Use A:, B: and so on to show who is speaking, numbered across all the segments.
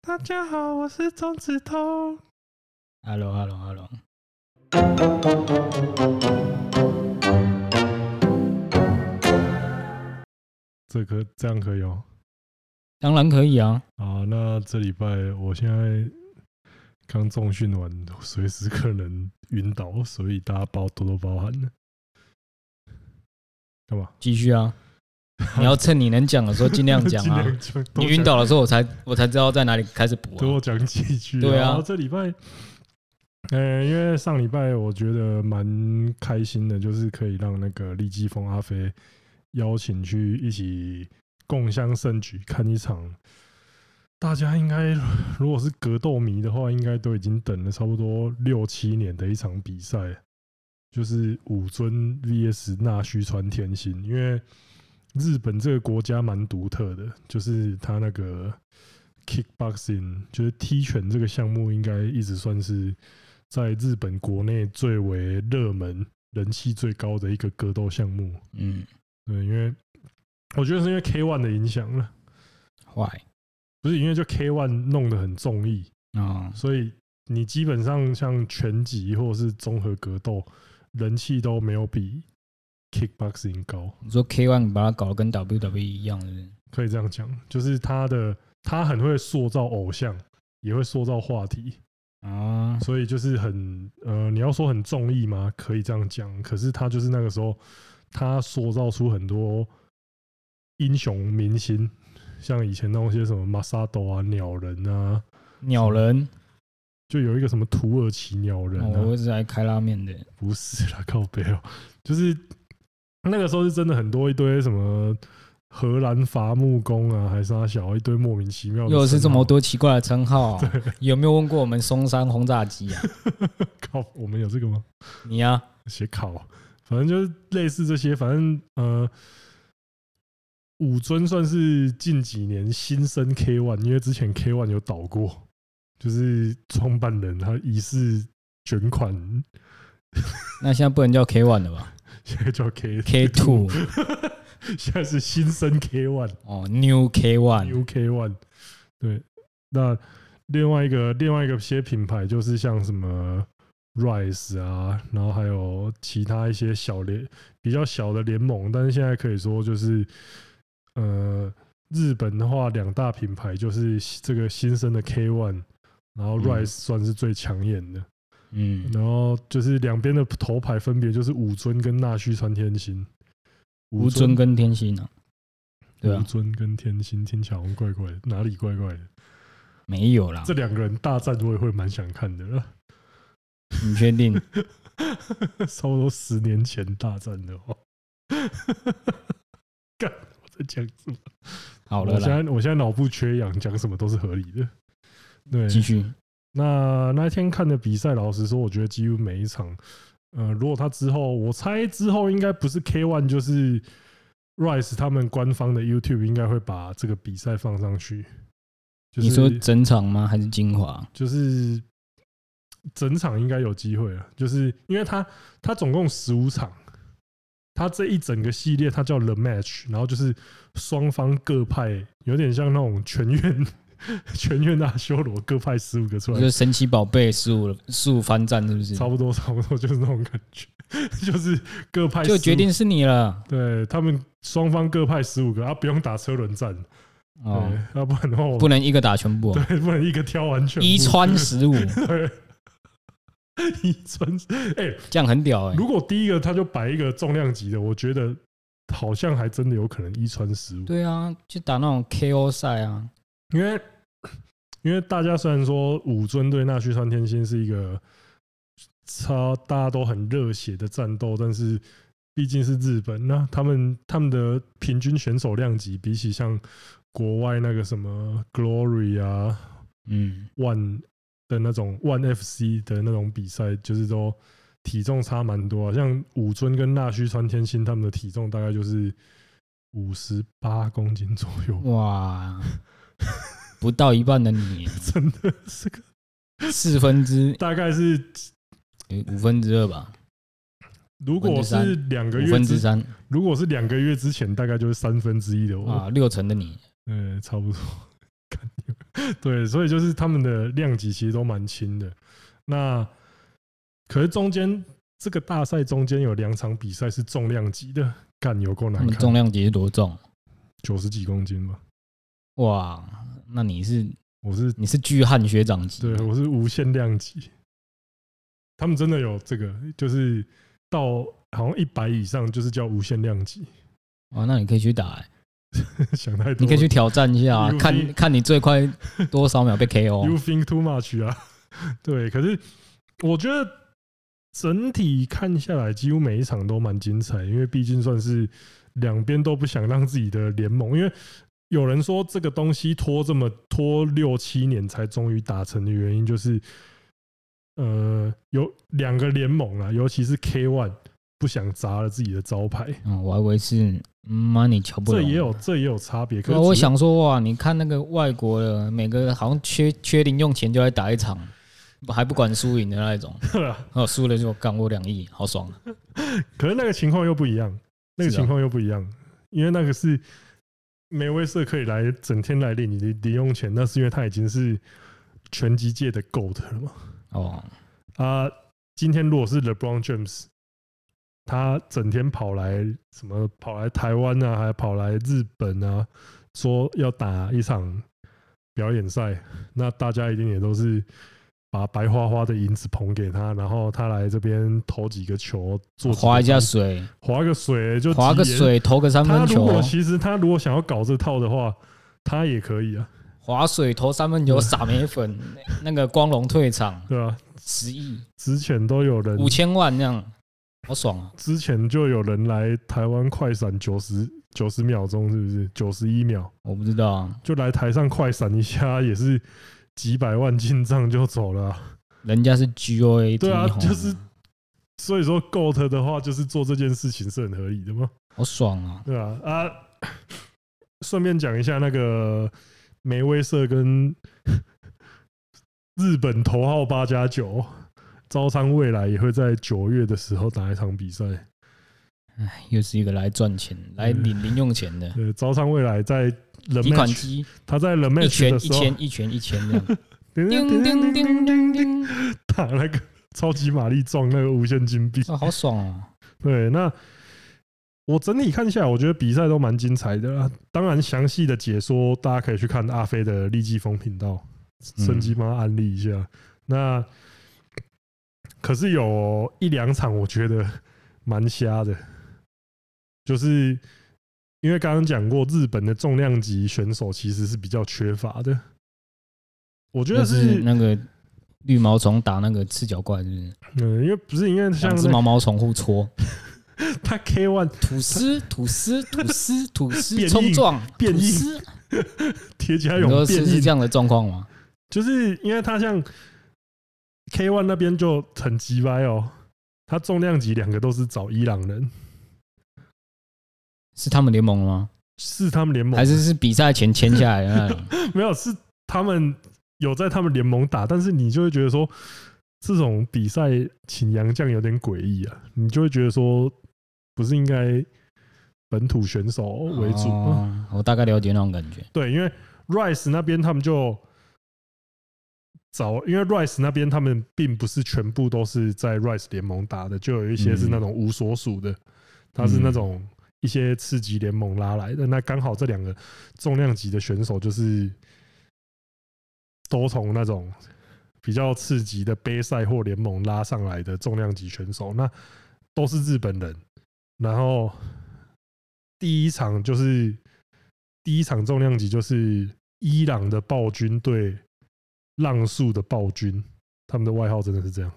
A: 大家好，我是中指通。
B: Hello Hello Hello，
A: 这可这样可以哦。
B: 当然可以啊。
A: 好，那这礼拜我现在刚重训完，随时可能晕倒，所以大家包多多包涵了。干嘛？
B: 继续 啊！你要趁你能讲的时候尽量讲
A: 尽
B: 啊。
A: 量讲
B: 你晕，倒的时候，我才我才知道在哪里开始
A: 多
B: 补
A: 讲
B: 啊。
A: 多讲几句。
B: 对啊
A: 然后这礼拜，呃，因为上礼拜我觉得蛮开心的，就是可以让那个利基峰阿飞邀请去一起共襄盛举看一场。大家应该如果是格斗迷的话，应该都已经等了差不多六七年的一场比赛，就是武尊 VS 纳须川天心。因为日本这个国家蛮独特的，就是他那个 kickboxing，就是踢拳这个项目，应该一直算是在日本国内最为热门、人气最高的一个格斗项目。
B: 嗯
A: 对，因为我觉得是因为 K One 的影响了，
B: ，Why？
A: 不是因为就 K One 弄得很中意，
B: 哦，
A: 所以你基本上像拳击或者是综合格斗，人气都没有比 kickboxing 高。
B: 你说 K One 把它搞得跟 WWE 一样，是不是？
A: 可以这样讲，就是他的他很会塑造偶像，也会塑造话题，
B: 啊，
A: 所以就是很呃，你要说很中意吗？可以这样讲，可是他就是那个时候，他塑造出很多英雄明星，像以前那些什么马萨斗啊、鸟人啊，
B: 鸟人，
A: 就有一个什么土耳其鸟人啊，
B: 哦我一直来开拉面的。
A: 不是啦， 靠背哦、就是那个时候是真的很多一堆什么荷兰伐木工啊，还是他小一堆莫名其妙的，
B: 又是这么。多奇怪的称号、 啊，有没有问过我们松山轰炸机啊？
A: 靠，我们有这个吗？
B: 你啊，
A: 写考，反正就是类似这些，反正呃，武尊算是近几年新生 K One，因为之前 K One 有倒过，就是创办人他疑似卷款，
B: 那现在不能叫 K One 了吧
A: 现在叫 K
B: ？K Two
A: 现在是新生 K One。
B: 哦，New K One，
A: U K One。对，那另外一个另外一个些品牌就是像什么 Rise 啊，然后还有其他一些小联比较小的联盟，但是现在可以说就是呃，日本的话两大品牌就是这个新生的 K One。然后
B: 嗯
A: Rise 算是最抢眼的，
B: 嗯，
A: 然后就是两边的头牌分别就是武尊跟纳须川天心，
B: 吴尊跟天心啊，对
A: 武
B: 啊，
A: 尊跟天心听起来好像怪怪的，哪里怪怪的？
B: 没有啦
A: 这，两个人大战我也会蛮想看的 了，
B: 你确定？
A: 差不多十年前大战的哦。 干，我在讲什么？
B: 好了
A: 我现
B: 啦，
A: 在我现在脑部缺氧，讲什么都是合理的。对，
B: 继续。
A: 那那天看的比赛，老实说，我觉得几乎每一场，呃，如果他之后，我猜之后应该不是 K One 就是 Rise 他们官方的 YouTube 应该会把这个比赛放上去。就是、
B: 你说整场吗？还是精华？
A: 就是整场应该有机会啊，就是因为他他总共十五场，他这一整个系列它叫 The Match，然后就是双方各派有点像那种全院 全院大修罗各派十五个出
B: 我
A: 来
B: 觉，得神奇宝贝十五十五番战是不是？
A: 差不多差不多就是那种感觉， 就是各派
B: 就决
A: 15
B: 定是你了
A: 对他们双方各派十五个啊，不用打车轮战，
B: 哦，
A: 对，要啊不然的话我
B: 不能一个打全部哦，
A: 对 不能一个挑完全部
B: 一穿十五，
A: 对 一穿哎。
B: 这样很屌哎。
A: 如果第一个他就摆一个重量级的，我觉得好像还真的有可能一穿十五，
B: 对啊，就打那种 KO 赛啊，
A: 因为 因为大家虽然说武尊对纳须川天心是一个超大家都很热血的战斗，但是毕竟是日本，那他们他们的平均选手量级比起像国外那个什么 Glory 啊、
B: 嗯，
A: One 的那种 One FC 的那种比赛，就是都体重差蛮多啊。像武尊跟纳须川天心他们的体重大概就是五十八公斤左右，
B: 哇，不到一半的你，
A: 真的是个
B: 四分之
A: 大概是
B: 诶五分之二吧，
A: 如果是两个
B: 五
A: 月
B: 分之
A: 之，
B: 三
A: 如果是两个哦月之前，大概就是三分之一的我，呃
B: 啊，六成的你，
A: 嗯，差不多。看你对，所以就是他们的量级其实都蛮轻的。那可是中间这个大赛中间有两场比赛是重量级的，干有够难
B: 嗯重
A: 看，
B: 量级是多重？
A: 九十几公斤吧。
B: 哇，那你是
A: 我是
B: 你是巨汉学长级，
A: 对，我是无限量级。他们真的有这个，就是到好像一百以上就是叫无限量级，
B: 哇，那你可以去打、欸，
A: 想太多了。
B: 你可以去挑战一下、啊
A: UFC，
B: 看看你最快多少秒被
A: You
B: KO。
A: think too much 啊？ 对，可是我觉得整体看下来，几乎每一场都蛮精彩，因为毕竟算是两边都不想让自己的联盟，因为有人说这个东西拖这么拖六七年才终于达成的原因，就是呃有两个联盟啦，尤其是 K One 不想砸了自己的招牌，
B: 嗯，我还以为是 money 瞧不
A: 这
B: 拢。
A: 也有这也有差别。可
B: 对
A: 是
B: 啊。我
A: 只是
B: 想说哇，你看那个外国的，每个好像缺缺零用钱就来打一场，还不管输赢的那 一种。哦，输了就干我两亿，好爽啊！
A: 可是那个情况又不一样，那个
B: 是啊
A: 情况又不一样，因为那个是梅威瑟可以来整天来领你的零用钱，那是因为他已经是拳击界的 GOAT 了嘛。
B: 哦，
A: 啊，今天如果是 LeBron James，他整天跑来什么跑来台湾啊，还跑来日本啊，说要打一场表演赛，那大家一定也都是把白花花的银子捧给他，然后他来这边投几个球，做几个
B: 划一下
A: 动作
B: 水，
A: 划个水就
B: 划个
A: 急眼。
B: 水，投个三
A: 他
B: 分
A: 如
B: 球
A: 果，其实他如果想要搞这套的话，他也可以啊，
B: 划水投三分球，撒美粉，那个光荣退场
A: 对吧、
B: 十亿
A: 之前都有人，
B: 五千万这样，好爽啊！
A: 之前就有人来台湾快闪九十九十秒钟，是不是九十一秒
B: 我不知道啊，
A: 就来台上快闪一下，也是几百万进账就走了啊、
B: 人家是 GOA，
A: 对啊
B: T 吼
A: 就是所以说，GOAT 的话就是做这件事情是很合理的嘛。
B: 好爽啊！
A: 对啊啊，顺便讲一下那个梅威瑟跟 日本头号八加九招商未来也会在九月的时候打一场比赛。
B: 又是一个来赚钱、来
A: 嗯
B: 领零用钱 的
A: 呃，招商未来在 The
B: 提款
A: Match，
B: 机，
A: 他在 The
B: 一
A: Match
B: 拳
A: 的
B: 一
A: 时候，
B: 千一拳一拳这 样，
A: 叮
B: 叮叮叮叮叮，
A: 打那个 超级玛丽撞那个无限金币。
B: 啊，好爽啊！
A: 对，那我整体看下来，我觉得比赛都蛮精彩的啦。当然，详细的解说大家可以去看阿飞的利基风频道，
B: 嗯
A: 趁机帮他安利一下。那可是有一两场，我觉得蛮瞎的，就是因为刚刚讲过，日本的重量级选手其实是比较缺乏的。我觉
B: 就
A: 得是
B: 是，那个绿毛虫打那个赤脚怪，是不是？
A: 嗯，因为不是因为像
B: 两只
A: 那
B: 毛毛虫互戳，
A: 他 K one
B: 吐丝吐丝吐丝吐丝
A: 变硬
B: 冲撞，
A: 变
B: 吐
A: 硬
B: 丝，
A: 铁甲
B: 你
A: 勇
B: 说
A: 变
B: 是
A: 硬
B: 是这样的状况吗？
A: 就是因为他像 K One 那边就很鸡歪哦，他重量级两个都是找伊朗人，
B: 是他们联盟吗？
A: 是他们联盟
B: 还是是比赛前签下来的那种？
A: 没有？是他们有在他们联盟打，但是你就会觉得说这种比赛请洋将有点诡异啊，你就会觉得说不是应该本土选手 为主吗？
B: 哦我大概了解那种感觉。
A: 对，因为 Rice 那边他们就找，因为 Rice 那边他们并不是全部都是在 Rice 联盟打的，就有一些是那种无所属的，他是那种一些次级联盟拉来的。那刚好这两个重量级的选手就是都从那种比较次级的杯赛或联盟拉上来的重量级选手，那都是日本人。然后第一场就是第一场重量级就是伊朗的暴君对浪速的暴君，他们的外号真的是这样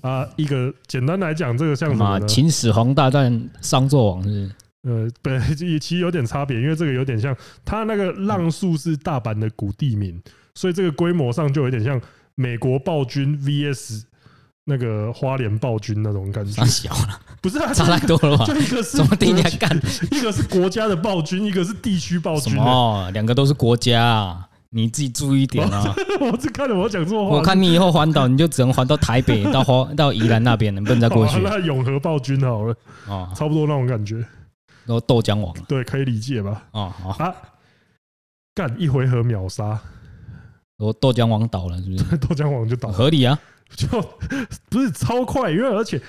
A: 啊。一个简单来讲，这个像什么
B: 嘛，
A: 呢？
B: 秦始皇大战商纣王是 不是？
A: 呃，本来就也其实有点差别，因为这个有点像它那个浪速是大阪的古地名，所以这个规模上就有点像美国暴君 VS 那个花莲暴君那种感觉
B: 差。小了，
A: 不是啊，
B: 差太多了吧
A: 就？一个是
B: 怎么定
A: 国
B: 下干
A: 一个是国家的暴君，一个是地区暴
B: 什
A: 君、欸。
B: 么？两个都是国家啊，你自己注意一点 啊！
A: 我是看了我讲错话，
B: 我看你以后环岛，你就只能环到 台北、到花、到宜兰那边，你不能再过
A: 好啊
B: 去
A: 那永和暴君好了，
B: 哦。
A: 差不多那种感觉，
B: 然后豆浆王啊
A: 对，可以理解吧？
B: 哦，好，
A: 啊，干一回合秒杀，
B: 我豆浆王倒了，是不是？
A: 豆浆王就倒了，
B: 合理啊，
A: 就不是超快，因为而且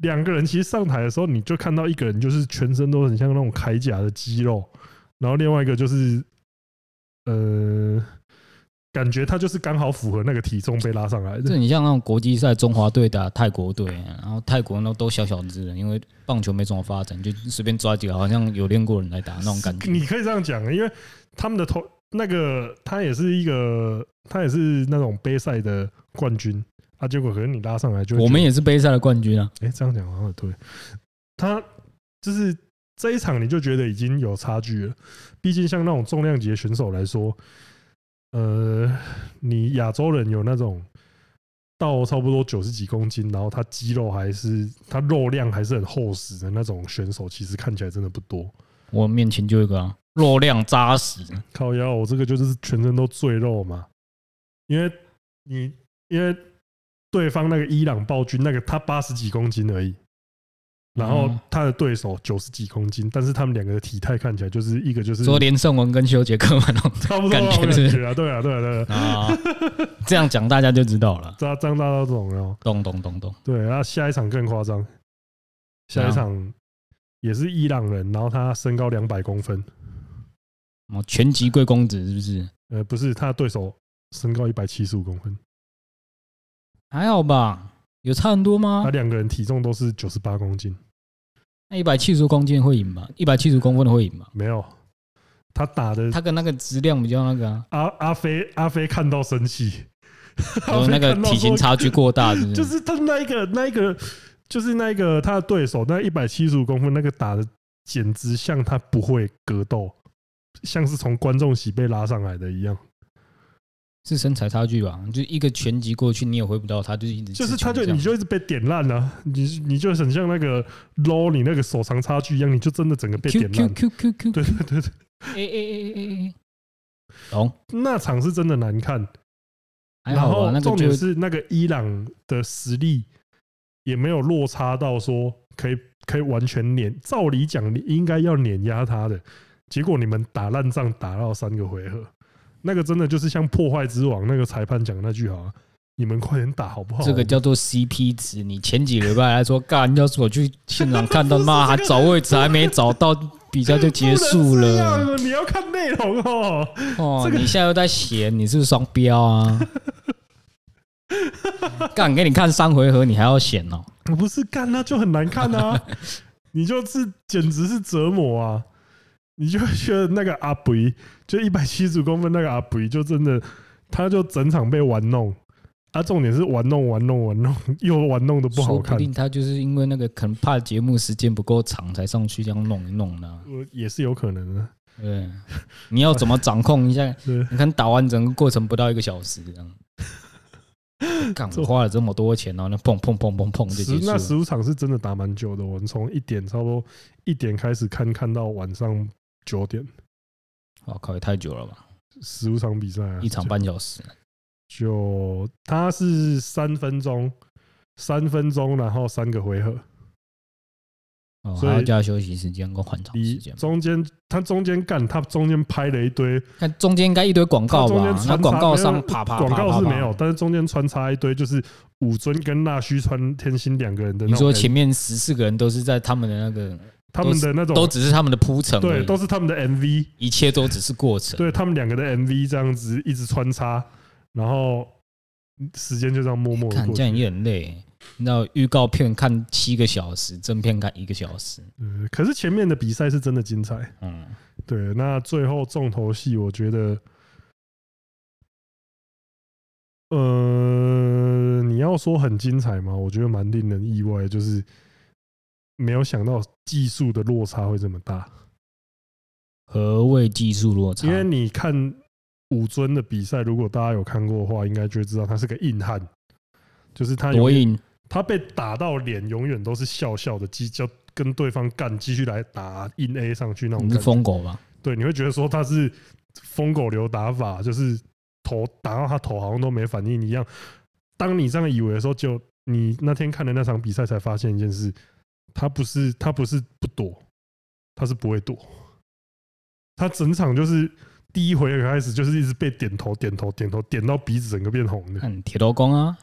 A: 两个人其实上台的时候，你就看到一个人就是全身都很像那种铠甲的肌肉，然后另外一个就是呃，感觉他就是刚好符合那个体重被拉上来
B: 这
A: 的。
B: 你像那种国际赛，中华队打泰国队，然后泰国人都都小小只的，因为棒球没怎么发展，就随便抓几个好像有练过的人来打那种感觉。
A: 你可以这样讲，因为他们的头那个他也是一个，他也是那种杯赛的冠军啊，结果可能你拉上来就会
B: 我
A: 觉得
B: 们也是杯赛的冠军啊，
A: 哎、这样讲好像也对。他就是这一场，你就觉得已经有差距了。毕竟像那种重量级的选手来说，呃，你亚洲人有那种到差不多九十几公斤，然后他肌肉还是他肉量还是很厚实的那种选手，其实看起来真的不多。
B: 我面前就有一个、啊、肉量扎实，
A: 靠腰，我这个就是全身都赘肉嘛，因为你因为对方那个伊朗暴君那个他八十几公斤而已，然后
B: 嗯
A: 他的对手九十几公斤，但是他们两个的体态看起来就是一个就是
B: 说连胜文跟修杰克曼那种
A: 差不多那种
B: 感
A: 感
B: 觉是
A: 觉啊，对啊，对啊，对啊，
B: 啊，这样讲大家就知道了。
A: 张张大刀这种哦，
B: 咚咚咚咚，
A: 对，然后下一场更夸张，下一场也是伊朗人，然后他身高两百公分，
B: 哦，全集贵公子是不是？
A: 呃，不是他的对手身高一百七十五公分，
B: 还好吧，有差很多吗
A: 他？两个人体重都是九十八公斤。
B: 那一百七十公斤会赢吧？一百七十公分的会赢吧？
A: 没有，他打的
B: 他跟那个质量比较那个啊，
A: 阿阿飞阿飞看到生气， 阿
B: 有
A: 飞
B: 哦那个
A: 看到
B: 体型
A: 说
B: 差距过大，是不是？
A: 就是他那一个那一个就是那一个他的对手那一百七十五公分那个打的简直像他不会格斗，像是从观众席被拉上来的一样，
B: 是身材差距吧？就一个拳击过去，你也回不到他，就是一直
A: 就是
B: 吃
A: 他
B: 拳
A: 就
B: 这样
A: 你就一直被点烂了、你你就很像那个 low 你那个手长差距一样，你就真的整个被
B: Q
A: 点烂
B: Q。Q Q Q，
A: 对对对对，
B: 哎哎哎哎哎，懂？
A: 那场是真的难看。
B: 还
A: 然
B: 好吧？
A: 后
B: 那个
A: 重点
B: 就是
A: 那个伊朗的实力也没有落差到说可以可以完全碾，照理讲你应该要碾压他的，结果你们打烂仗打到三个回合，那个真的就是像破坏之王那个裁判讲那句啊，你们快点打好不好？
B: 这个叫做 CP 值。你前几个礼拜还说， 干，要是我去现场看 到，妈还找位置还没找到， 比赛就结束
A: 不能这样
B: 了。
A: 啊，你要看内容哦。
B: 哦
A: 这，个
B: 你现在又在嫌你是不是双标啊？干，给你看三回合，你还要嫌哦？
A: 不是干那就很难看 啊，你就是简直是折磨啊！你就会觉得那个阿布就一百七十公分那个阿布就真的，他就整场被玩弄。啊，重点是玩弄玩弄玩弄，又玩弄的不好
B: 说
A: 看
B: 不，定他就是因为那个，可能怕节目时间不够长，才上去这样弄一弄呢、
A: 呃也是有可能啊的。
B: 对，你要怎么掌控 一下？
A: 对，
B: 你看打完整个过程不到一个小时这 样。干，我花了这么多钱，哦然后那砰砰砰砰砰就
A: 十
B: 结束
A: 那
B: 了。
A: 十五场是真的打蛮久的，我们从一点差不多一点开始看，看到晚上九点，
B: 我靠，哦也太久了吧？
A: 十五场比赛、啊，
B: 一场半小时，
A: 就它是三分钟，三分钟，然后三个回合，
B: 哦，
A: 所以
B: 还要加休息时间跟换场时
A: 你
B: 间。
A: 中间它中间干，它中间拍了一堆
B: 看中间应该一堆广告
A: 它中间
B: 吧？
A: 穿插
B: 那广告
A: 没
B: 上
A: 有
B: 啪啪啪
A: 广告
B: 啪
A: 是
B: 啪
A: 没有，但是中间穿插一堆就是武尊跟纳须川天心两个人的那
B: 你
A: 种
B: 说
A: ad，
B: 前面十四个人都是在他们的那个，
A: 他们的那
B: 都
A: 种
B: 只是他们的铺陈而已，
A: 对，都是他们的 MV，
B: 一切都只是过程。
A: 对他们两个的 MV 这样子一直穿插，然后时间就这样默默的
B: 哎看
A: 过
B: 这样
A: 去。
B: 也很累，你知道预告片看七个小时，
A: 嗯
B: 正片看一个小时，
A: 呃可是前面的比赛是真的精彩。
B: 嗯，
A: 对，那最后重头戏，我觉得，呃，你要说很精彩吗？我觉得蛮令人意外，就是没有想到技术的落差会这么大。
B: 何谓技术落差
A: 因？为你看武尊的比赛，如果大家有看过的话，应该就会知道他是个硬汉，就是他
B: 多
A: 永远
B: 硬，
A: 他被打到脸，永远都是笑笑的，继就跟对方干，继续来打硬 A 上去那种
B: 你
A: 感
B: 是
A: 觉。
B: 疯狗吧？
A: 对，你会觉得说他是疯狗流打法，就是头打到他头好像都没反应一样。当你这样以为的时候，就你那天看的那场比赛才发现一件事，他不是他不是不躲，他是不会躲，他整场就是第一回合开始就是一直被点头点头点头点到鼻子整个变红的，
B: 看铁头功啊，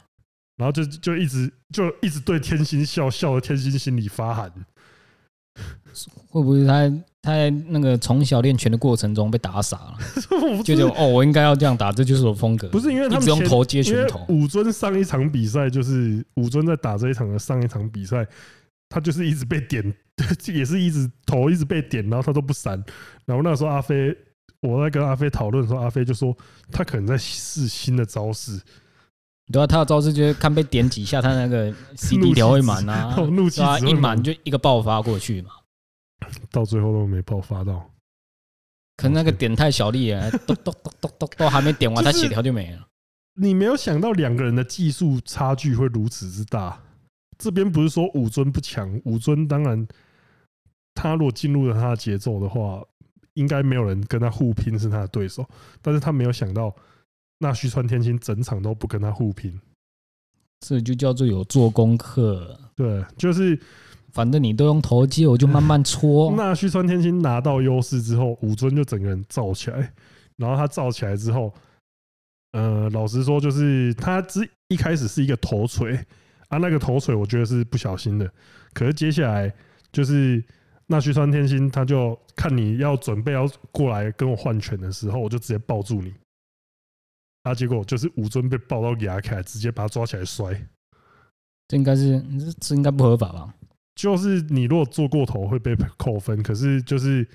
A: 然后就就一直就一直对天心笑，笑的天心心里发寒。
B: 会不会他他在那个从小练拳的过程中被打傻了，
A: 我不
B: 就觉
A: 知
B: 得哦，我应该要这样打，这就是我的风格。
A: 不是因为他
B: 一
A: 们
B: 直用
A: 前
B: 头接
A: 因
B: 拳
A: 为
B: 头，
A: 武尊上一场比赛就是武尊在打这一场的上一场比赛，他就是一直被点， 也是一直头一直被点，然后他都不闪。然后那时候阿飞，我在跟阿飞讨论的时候，阿飞就说他可能在试新的招式，
B: 对啊，他的招式就是看被点几下，他那 个 CD 条会满啊，
A: 哦怒气
B: 对啊，
A: 值会
B: 一满
A: 满
B: 就一个爆发过去嘛。
A: 到最后都没爆发到。
B: 可能那个点太小力了，咚咚咚咚咚咚还没点完，
A: 就
B: 他
A: 是
B: 血条就没了。
A: 你没有想到两个人的技术差距会如此之大。这边不是说武尊不强，武尊当然，他如果进入了他的节奏的话，应该没有人跟他互拼是他的对手。但是他没有想到，那须川天心整场都不跟他互拼。
B: 这就叫做有做功课。
A: 对，就是
B: 反正你都用头接，我就慢慢搓。
A: 那须川天心拿到优势之后，武尊就整个人燥起来，然后他燥起来之后，呃，老实说，就是他之一开始是一个头锤啊，那个头锤我觉得是不小心的，可是接下来就是那须川天心他就看你要准备要过来跟我换拳的时候，我就直接抱住你，啊，结果就是武尊被抱到牙起来，直接把他抓起来摔。
B: 这应该是这这应该不合法吧？
A: 就是你如果做过头会被扣分，可是就是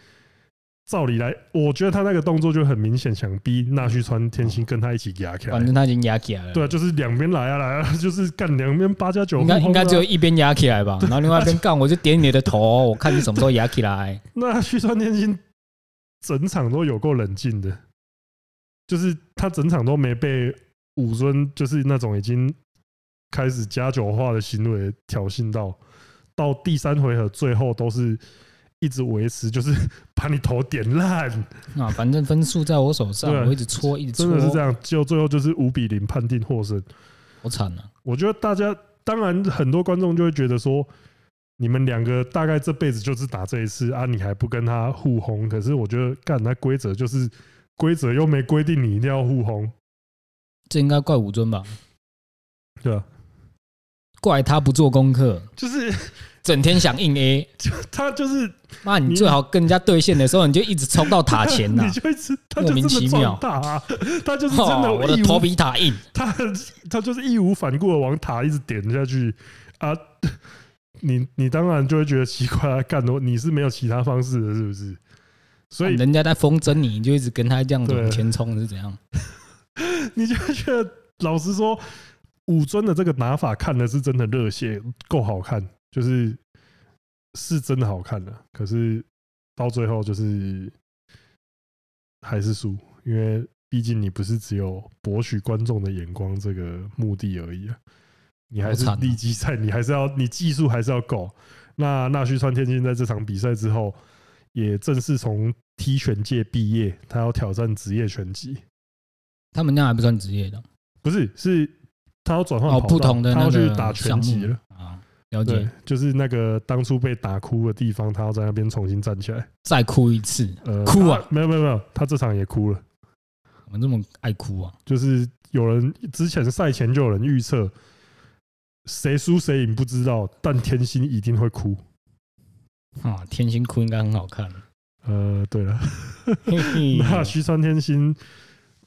A: 照理来，我觉得他那个动作就很明显想逼纳须川天心跟他一起压开
B: 反。正他已经压起来了。
A: 啊对啊，就是两边来啊来啊， 就是干两边八加九互
B: 应
A: 轰啊。
B: 该应该只有一边压起来吧，然后 另外一边干，我就点你的头，我看你什么时候压起来。
A: 那须川天心整场都有够冷静的，就是他整场都没被武尊就是那种已经开始加酒化的行为挑衅到，到第三回合最后都是一直维持，就是 把你头点烂，
B: 啊，反正分数在我手上
A: 对，啊
B: 我一直搓，一直搓，
A: 真的是这样，就最后就是五比零判定获胜。
B: 好惨啊！
A: 我觉得大家当然很多观众就会觉得说，你们两个大概这辈子就是打这一次啊，你还不跟他互轰。可是我觉得干那规则就是规则又没规定你一定要互轰，
B: 这应该怪武尊吧？
A: 对啊，
B: 怪他不做功课，
A: 就是
B: 整天想硬 A。
A: 他就是
B: 妈，你
A: 你
B: 最好跟人家对线的时候，你就一直冲到塔前呐、
A: 你就一直他就
B: 莫名
A: 真的
B: 其
A: 撞
B: 妙
A: 大、啊，他就是真的
B: 哦，我的
A: 义无
B: 头比塔硬，
A: 他他就是义无反顾的往塔一直点下去啊！你你当然就会觉得奇怪啊，干的你是没有其他方式的，是不是？所以
B: 人家在风筝你，你就一直跟他这样子
A: 对
B: 往前冲是怎样？
A: 你就会觉得，老实说，武尊的这个打法看的是真的热血，够好看，就是是真的好看的。可是到最后就是还是输，因为毕竟你不是只有博取观众的眼光这个目的而已啊，你还是
B: 好惨啊
A: 地基赛，你还是要你技术还是要够。那那须川天心在这场比赛之后，也正式从踢拳界毕业，他要挑战职业拳击。
B: 他们那样还不算职业的
A: 不是，是他要转换
B: 哦，
A: 跑道
B: 不同的
A: 他
B: 那
A: 要
B: 个
A: 去打拳
B: 项
A: 击
B: 目
A: 了。
B: 啊，了
A: 对
B: 解。，
A: 就是那个当初被打哭的地方，他要在那边重新站起来。
B: 再哭一次，
A: 呃，
B: 哭啊
A: 他！没有没有没有，他这场也哭了。
B: 我们这么爱哭啊？
A: 就是有人之前赛前就有人预测，谁输谁赢不知道，但天心一定会哭。
B: 啊，天心哭应该很好看。
A: 呃，对了，
B: 嘿嘿
A: 那虚川天心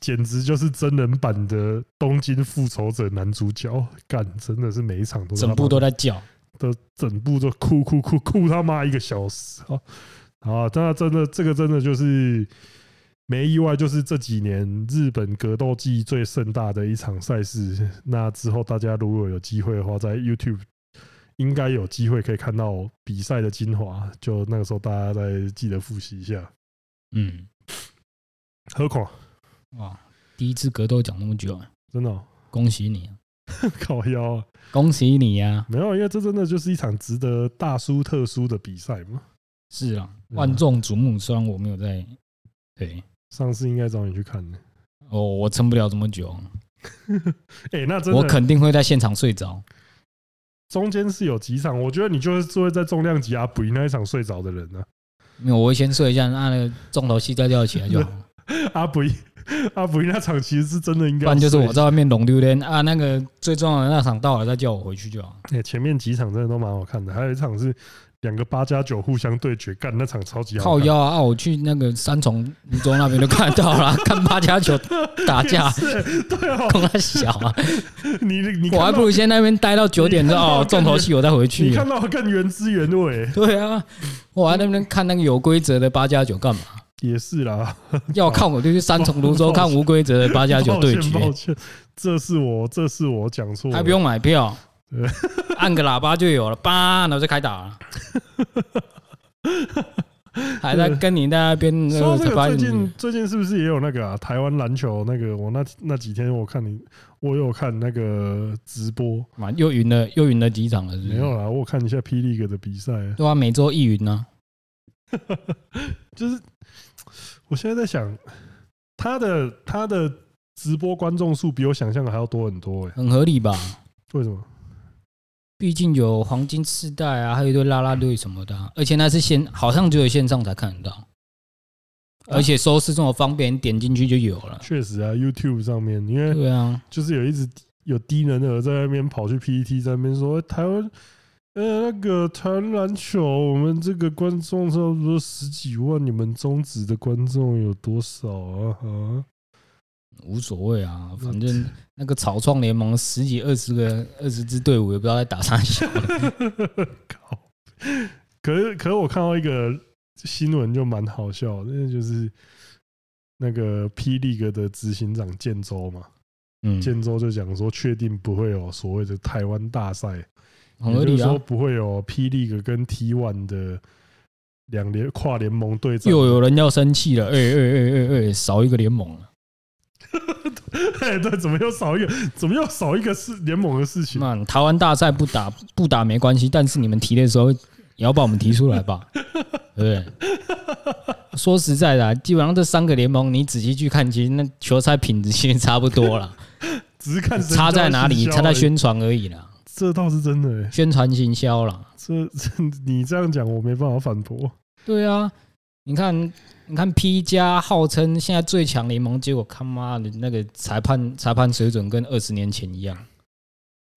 A: 简直就是真人版的《东京复仇者》男主角，干真的是每一场都是他
B: 整部
A: 妈
B: 都在叫，
A: 的整部都哭哭哭哭他妈一个小时啊！啊，那真的这个真的就是没意外，就是这几年日本格斗技最盛大的一场赛事。那之后大家如果有机会的话，在 YouTube 应该有机会可以看到比赛的精华。就那个时候大家再记得复习一下。
B: 嗯，
A: 何况
B: 哇，第一次格斗讲那么久，
A: 真的、哦、
B: 恭喜你啊，
A: 靠腰、啊、
B: 恭喜你呀、啊！
A: 没有，因为这真的就是一场值得大输特输的比赛嘛。
B: 是啊，
A: 嗯
B: 万众瞩目。虽然我没有在，对
A: 上次应该找你去看的。
B: 哦，我撑不了这么久，
A: 哎、那真的
B: 我肯定会在现场睡着。
A: 中间是有几场，我觉得你就是会在重量级阿布那一场睡着的人呢、啊
B: 因为我会先睡一下，那那个重头戏再吊起来就好了。
A: 阿布阿布那场其实是真的应该
B: 不
A: 要
B: 然就是
A: 睡
B: 我在外面拢榴莲啊，那个最重要的那场到了再叫我回去就好。
A: 欸，前面几场真的都蛮好看的，还有一场是两个八加九互相对决，干那场超级好
B: 靠
A: 看。
B: 腰啊！啊我去那个三重泸州那边就看 到了，看八加九打架，
A: 是，对哦，
B: 空他小啊！
A: 你你
B: 我还
A: 看
B: 不
A: 到
B: 如先那边待到九点之
A: 你看到
B: 后哦重头戏我再回去啊
A: 你。看到更原汁原味，
B: 对啊，我还在那边看那个有规则的八加九干嘛？
A: 也是啦。
B: 要看我就去三重泸州
A: 抱歉
B: 看无规则的八加九
A: 抱
B: 对
A: 歉
B: 决
A: 抱，歉，这是我这是我讲错了，
B: 还不用买票
A: 对，
B: 按个喇叭就有了，叭，然后就开 打了。还在跟你在那边
A: 说到这
B: 把
A: 个，
B: 你
A: 最近最近是不是也有那个啊？台湾篮球那个，我那那几天我看你，我有看那个直播，
B: 嘛又赢了又赢了几场了，是不
A: 没
B: 是？
A: 有啦，我有看一下 P League 的比赛，
B: 对啊，每周一云呢、
A: 就是我现在在想，他的他的直播观众数比我想象的还要多很多哎、
B: 很合理吧？
A: 为什么？
B: 毕竟有黄金世代啊，还有一堆啦啦队什么的啊、而且那是线，好像只有线上才看得
A: 啊
B: 到，而且收视这么方便，你点进去就有了。
A: 确实啊，YouTube 上面，因为
B: 对啊，
A: 就是有一直有低能儿在那边跑去 PPT 在那边说、欸台湾。呃，那个台湾篮球，我们这个观众差不多十几万，你们中职的观众有多少啊？啊，
B: 无所谓啊，反正那个草创联盟十几二十个二十支队伍也不知道在打啥小的
A: 靠！可是，可是我看到一个新闻就蛮好笑的，那就是那个霹雳哥的执行长建州嘛，
B: 嗯，
A: 建州就讲说，确定不会有所谓的台湾大赛，
B: 很合
A: 也就
B: 理
A: 是
B: 啊
A: 说。不会有霹雳哥跟 T One 的两联跨联盟对战。
B: 又有人要生气了，哎哎哎哎哎，少一个联盟了，
A: 哎， 对，怎么又少一个？怎么又少一个事联盟的事情？
B: 那台湾大赛不打不打没关系，但是你们提的时候也要把我们提出 来吧，对不对？说实在的啊、基本上这三个联盟，你仔细去看，其实那球赛品质其实差不多啦，
A: 只是 看谁
B: 差在哪里？
A: 比较
B: 差在
A: 行销而已，
B: 宣传而已啦，
A: 这倒是真的、欸。
B: 宣传行销啦。
A: 这 这你这样讲，我没办法反驳。
B: 对啊，你看，你看 P 加号称现在最强联盟，结果他妈的那个裁判裁判水准跟二十年前一样，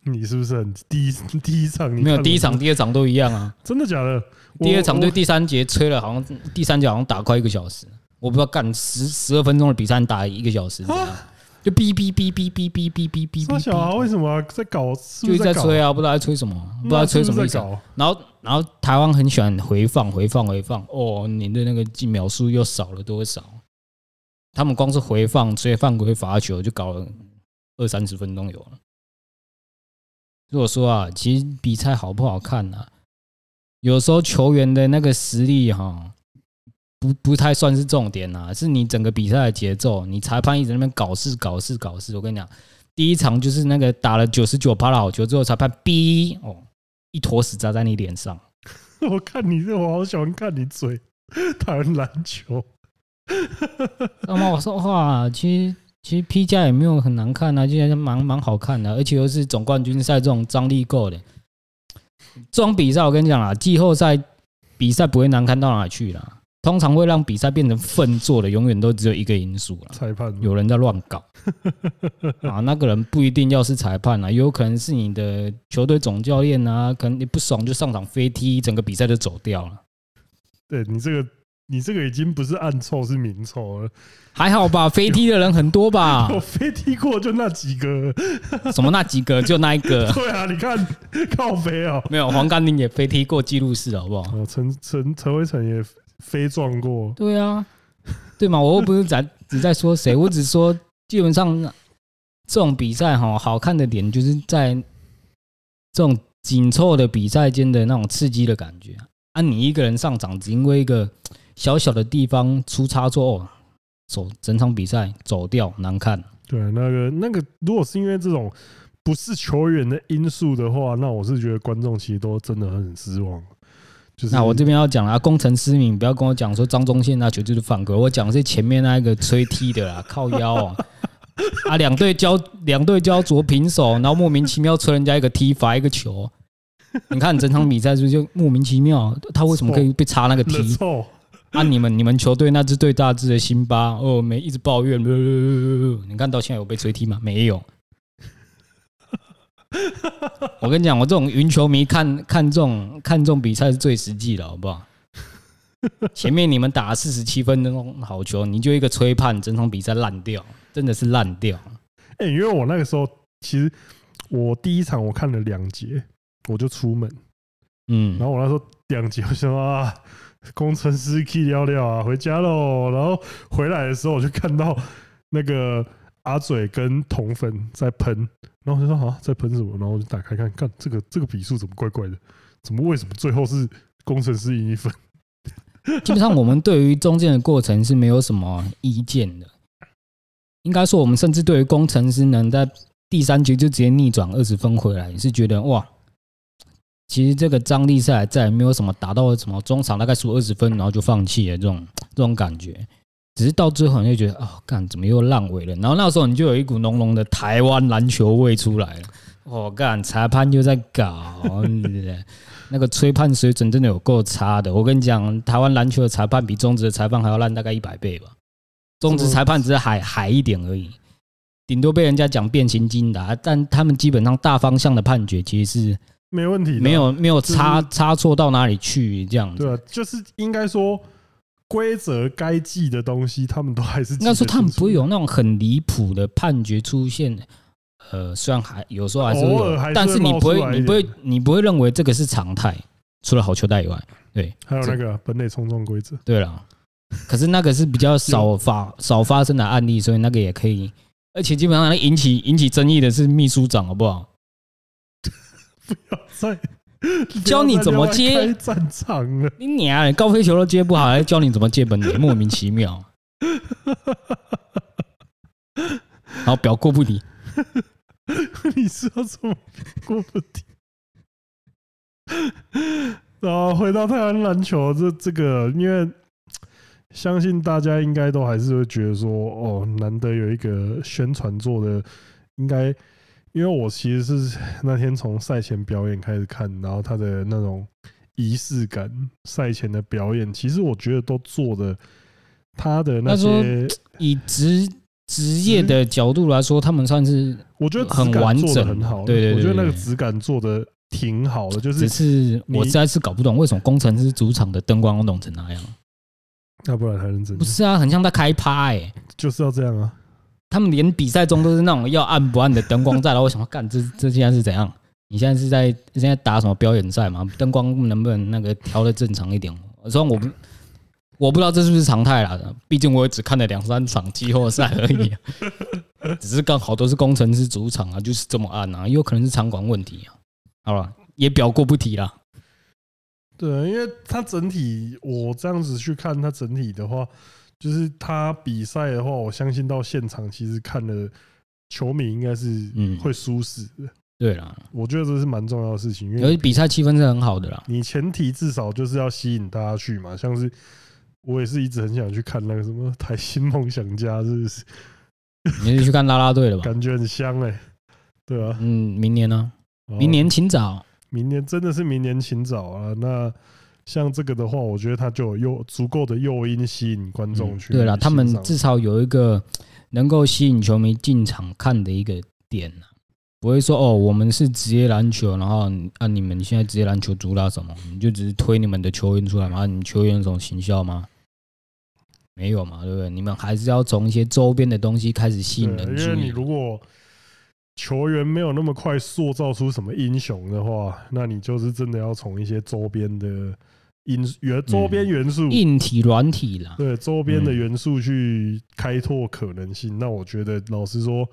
A: 你是不是很第一第一场你
B: 没有
A: 看
B: 第一
A: 我
B: 场、第二场都一样啊。
A: 真的假的？我
B: 第二场对
A: 我
B: 第三节吹了，好像第三节好像打快一个小时，我不知道干十十二分钟的比赛你打一个小时怎样，就哔哔哔哔哔哔哔哔哔
A: 说
B: 哔
A: 小啊，为
B: 哔，
A: 啊什么啊在搞？是
B: 就
A: 不
B: 一
A: 是
B: 直在
A: 搞
B: 吹？啊，不知道在吹什么，不知道
A: 那
B: 在
A: 是
B: 吹
A: 不是
B: 什么
A: 在
B: 意思啊。
A: 搞？
B: 然后然后台湾很喜欢回放回放回放，哦，你的那个进秒数又少了多少？他们光是回放追犯规罚球就搞了二三十分钟有了。如果说啊，其实比赛好不好看啊，有时候球员的那个实力哈、不不太算是重点啊，是你整个比赛的节奏，你裁判一直在那边搞事搞事搞事。我跟你讲，第一场就是那个打了九十九趴的好球之后，裁判哔哦，一坨屎砸在你脸上。
A: 我看你这，我好喜欢看你嘴 台湾篮球。
B: 那么我说哇，其实其实 P 加也没有很难看啊，其实蛮蛮好看的，而且又是总冠军赛这种张力够的。这种比赛我跟你讲啊，季后赛比赛不会难看到哪去啦，通常会让比赛变成粪做的，永远都只有一个因素啦。
A: 裁判
B: 有人在乱搞啊，那个人不一定要是裁判啊，也有可能是你的球队总教练啊，可能你不爽就上场飞踢，整个比赛就走掉了。
A: 对你这个，你这个已经不是暗臭，是明臭了。？
B: 还好吧，飞踢的人很多吧
A: 我非踢过就那几个，
B: 什么那几个就那一 个，
A: 对啊，你看靠飞啊，
B: 没有黄甘宁也飞踢过记录室，好不好？
A: 哦，陈陈陈伟成也飞撞过，
B: 对啊，对嘛，我又不是在只在说谁，我只说基本上这种比赛哈，好看的点就是在这种紧凑的比赛间的那种刺激的感觉啊，你一个人上场，只因为一个小小的地方出差错，哦，走整场比赛走掉难看。
A: 对，啊那个那个，如果是因为这种不是球员的因素的话，那我是觉得观众其实都真的很失望。就是
B: 那我这边要讲啊啦，工程师你不要跟我讲说张忠宪那球就是犯规，我讲的是前面那一个吹踢的啦，靠腰啊、啊，两队交两队交着平手，然后莫名其妙吹人家一个踢罚一个球，你看整场比赛是不是就莫名其妙，他为什么可以被插那个
A: 冷
B: 踢？
A: 臭，
B: 啊，你们你们球队那支对大致的辛巴哦，没一直抱怨，呃你看到现在有被吹踢吗？没有。 我跟你讲，我这种云球迷看看这种看这种比赛是最实际的，好不好？前面你们打四十七分钟好球，你就一个吹判，整场比赛烂掉，真的是烂掉。
A: 哎、因为我那个时候其实我第一场我看了两节，我就出门，
B: 嗯
A: 然，后我那时候两节我想说啊，工程师 K 聊聊啊，回家喽。然后回来的时候我就看到那个阿嘴跟同粉在喷，然后我就说啊，在喷什么？然后我就打开看，看这个这个比数怎么怪怪的？怎么为什么最后是工程师赢一分？
B: 基本上我们对于中间的过程是没有什么意见的。应该说，我们甚至对于工程师能在第三局就直接逆转二十分回来，是觉得哇，其实这个张力赛再也没有什么达到什么中场大概输二十分，然后就放弃了这种这种感觉。只是到最后你就觉得啊，干、怎么又烂尾了？然后那时候你就有一股浓浓的台湾篮球味出来了。我、干，裁判又在搞，你知道 那个吹判水准真的有够差的。我跟你讲，台湾篮球的裁判比中职的裁判还要烂大概一百倍吧。中职裁判只是海海一点而已，顶多被人家讲变形金的、啊，但他们基本上大方向的判决其实是
A: 没问题的啊，
B: 没有没有
A: 就是
B: 差差错到哪里去这样子。
A: 对啊，就是应该说规则该记的东西，他们都还是记
B: 应该说
A: 得
B: 他们
A: 清楚
B: 不会有那种很离谱的判决出现。呃，虽然还有时候还是会
A: 偶尔还
B: 有，
A: 是
B: 但是
A: 会
B: 你
A: 冒
B: 不
A: 出来
B: 会，
A: 一
B: 你不
A: 点
B: 会，你不会认为这个是常态，除了好球带以外。
A: 还有那个本垒冲撞规则，
B: 对了，可是那个是比较少发少发生的案例，所以那个也可以。而且基本上引起引起争议的是秘书长，好不好？
A: 在
B: 教你怎么接
A: 不要再另外开战场了。
B: 你娘嘞，高飞球都接不好，还教你怎么接本垒，莫名 其妙。然后表过不理，
A: 你是要怎么过问 题？然后回到台湾篮球这这个，因为相信大家应该都还是会觉得说，哦，难得有一个宣传做的，应该因为我其实是那天从赛前表演开始看，然后他的那种仪式感，赛前的表演，其实我觉得都做的他的嗯那
B: 那说
A: 些，
B: 以职职业的角度来说，他们算是
A: 我觉得
B: 很
A: 质感
B: 完
A: 做的
B: 整
A: 很好，
B: 对对对
A: 我觉得那个
B: 对对
A: 质感做的挺好的，就是
B: 只是
A: 你
B: 我实在是搞不懂为什么工程师主场的灯光要弄成那样。
A: 嗯那不然还能怎
B: 不
A: 样？
B: 是啊，很像在开趴哎、
A: 就是要这样啊！
B: 他们连比赛中都是那种要暗不暗的灯光在，然后我想说，干这这现在是怎样？你现在是在现在打什么表演赛吗？灯光能不能那个调的正常一点？虽然我不我不知道这是不是常态啦，毕竟我也只看了两三场季后赛而已、啊只是刚好都是工程师主场啊，就是这么暗啊，也有可能是场馆问题啊。好了，也表过不提啦。
A: 对，啊因为它整体，我这样子去看它整体的话，就是它比赛的话，我相信到现场其实看了，球迷应该是
B: 嗯
A: 会舒适的。
B: 对啦，
A: 我觉得这是蛮重要的事情，因
B: 而且
A: 为
B: 比赛气氛是很好的啦。
A: 你前提至少就是要吸引大家去嘛。像是我也是一直很想去看那个什么台新梦想家，是不是
B: 你是去看啦啦队 了吧？
A: 感觉很香哎、对啊，
B: 嗯，明年呢、
A: 好
B: 明年请早。
A: 明年真的是明年请早啊。那像这个的话，我觉得它就有诱足够的诱因吸引观众去、
B: 嗯对了，他们
A: 自
B: 至少有一个能够吸引球迷进场看的一个点啊不会说哦，我们是职业篮球，然后你啊，你们现在职业篮球主打什么？你就只是推你们的球员出来嘛？啊你们球员有什么行销吗？没有嘛，对不对？你们还是要从一些周边的东西开始吸引人
A: 因
B: 注
A: 为你
B: 意。
A: 如果球员没有那么快塑造出什么英雄的话，那你就是真的要从一些周边的因元周边元素。
B: 硬体、软体啦，
A: 对周边的
B: 嗯
A: 元素去开拓可能性，那我觉得老实说，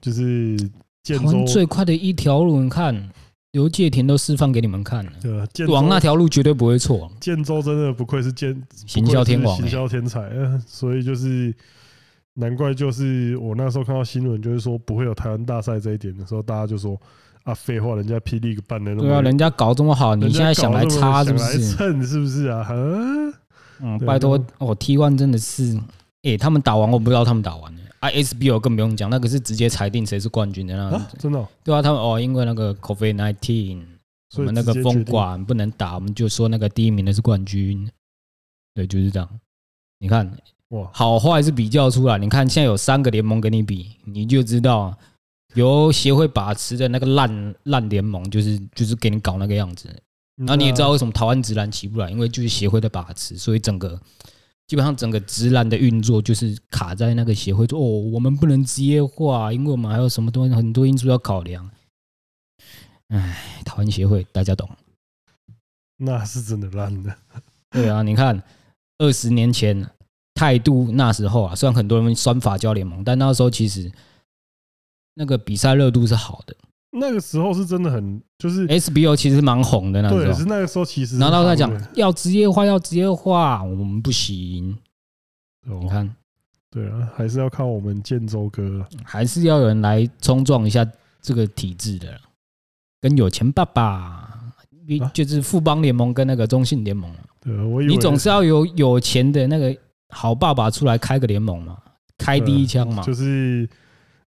A: 就是建
B: 台
A: 州
B: 湾最快的一条路，你看刘介廷都示范给你们看了，
A: 呃建
B: 往
A: 州
B: 那条路绝对不会错。
A: 建州真的不愧是建
B: 行销天王、
A: 行
B: 欸，
A: 销天才，呃所以就是难怪，就是我那时候看到新闻，就是说不会有台湾大赛这一点的时候，大家就说啊，废话，人家霹雳办的那么，
B: 对啊，人家搞这么好，你
A: 人家
B: 现在想来
A: 搞那么
B: 插是不
A: 想来
B: 是？
A: 蹭是不是啊？啊
B: 嗯，
A: 对啊
B: 拜托
A: 那，
B: 哦，T one 真的是，诶，他们打完我不知道他们打完了，ISBO 啊更不用讲，那个是直接裁定谁是冠军的那
A: 啊
B: 种。
A: 真的哦，
B: 对啊，他们哦，因为那个 COVID nineteen，我
A: 所以
B: 们那个
A: 直接决
B: 封
A: 定
B: 管不能打，我们就说那个第一名的是冠军。对，就是这样。你看
A: 哇，
B: 好坏是比较出来，你看现在有三个联盟跟你比，你就知道啊由协会把持的那个烂烂联盟，就是就是给你搞那个样子。那你也知
A: 啊
B: 道为什么台湾直男起不来，因为就是协会在把持，所以整个基本上整个直男的运作就是卡在那个协会说哦，我们不能职业化，因为我们还有什么东西很多因素要考量。唉，台湾协会大家懂。
A: 那那是真的烂的，
B: 对啊，你看二十年前态度那时候啊，虽然很多人酸法教联盟，但那时候其实那个比赛热度是好的
A: 那个时候是真的很就是
B: ，SBO 其实蛮红哎的那时
A: 对，
B: 候
A: 是。那个时候其实
B: 然后他
A: 在
B: 讲要职业化，要职业化，我们不行。你
A: 你
B: 看，
A: 哦对啊，还是要靠我们建州哥啊，
B: 还是要有人来冲撞一下这个体制的啦，跟有钱爸爸，你
A: 啊
B: 就是富邦联盟跟那个中信联盟啊，
A: 对啊，我以为
B: 你总是要有有钱的那个好爸爸出来开个联盟嘛，开第一枪嘛
A: 啊就，是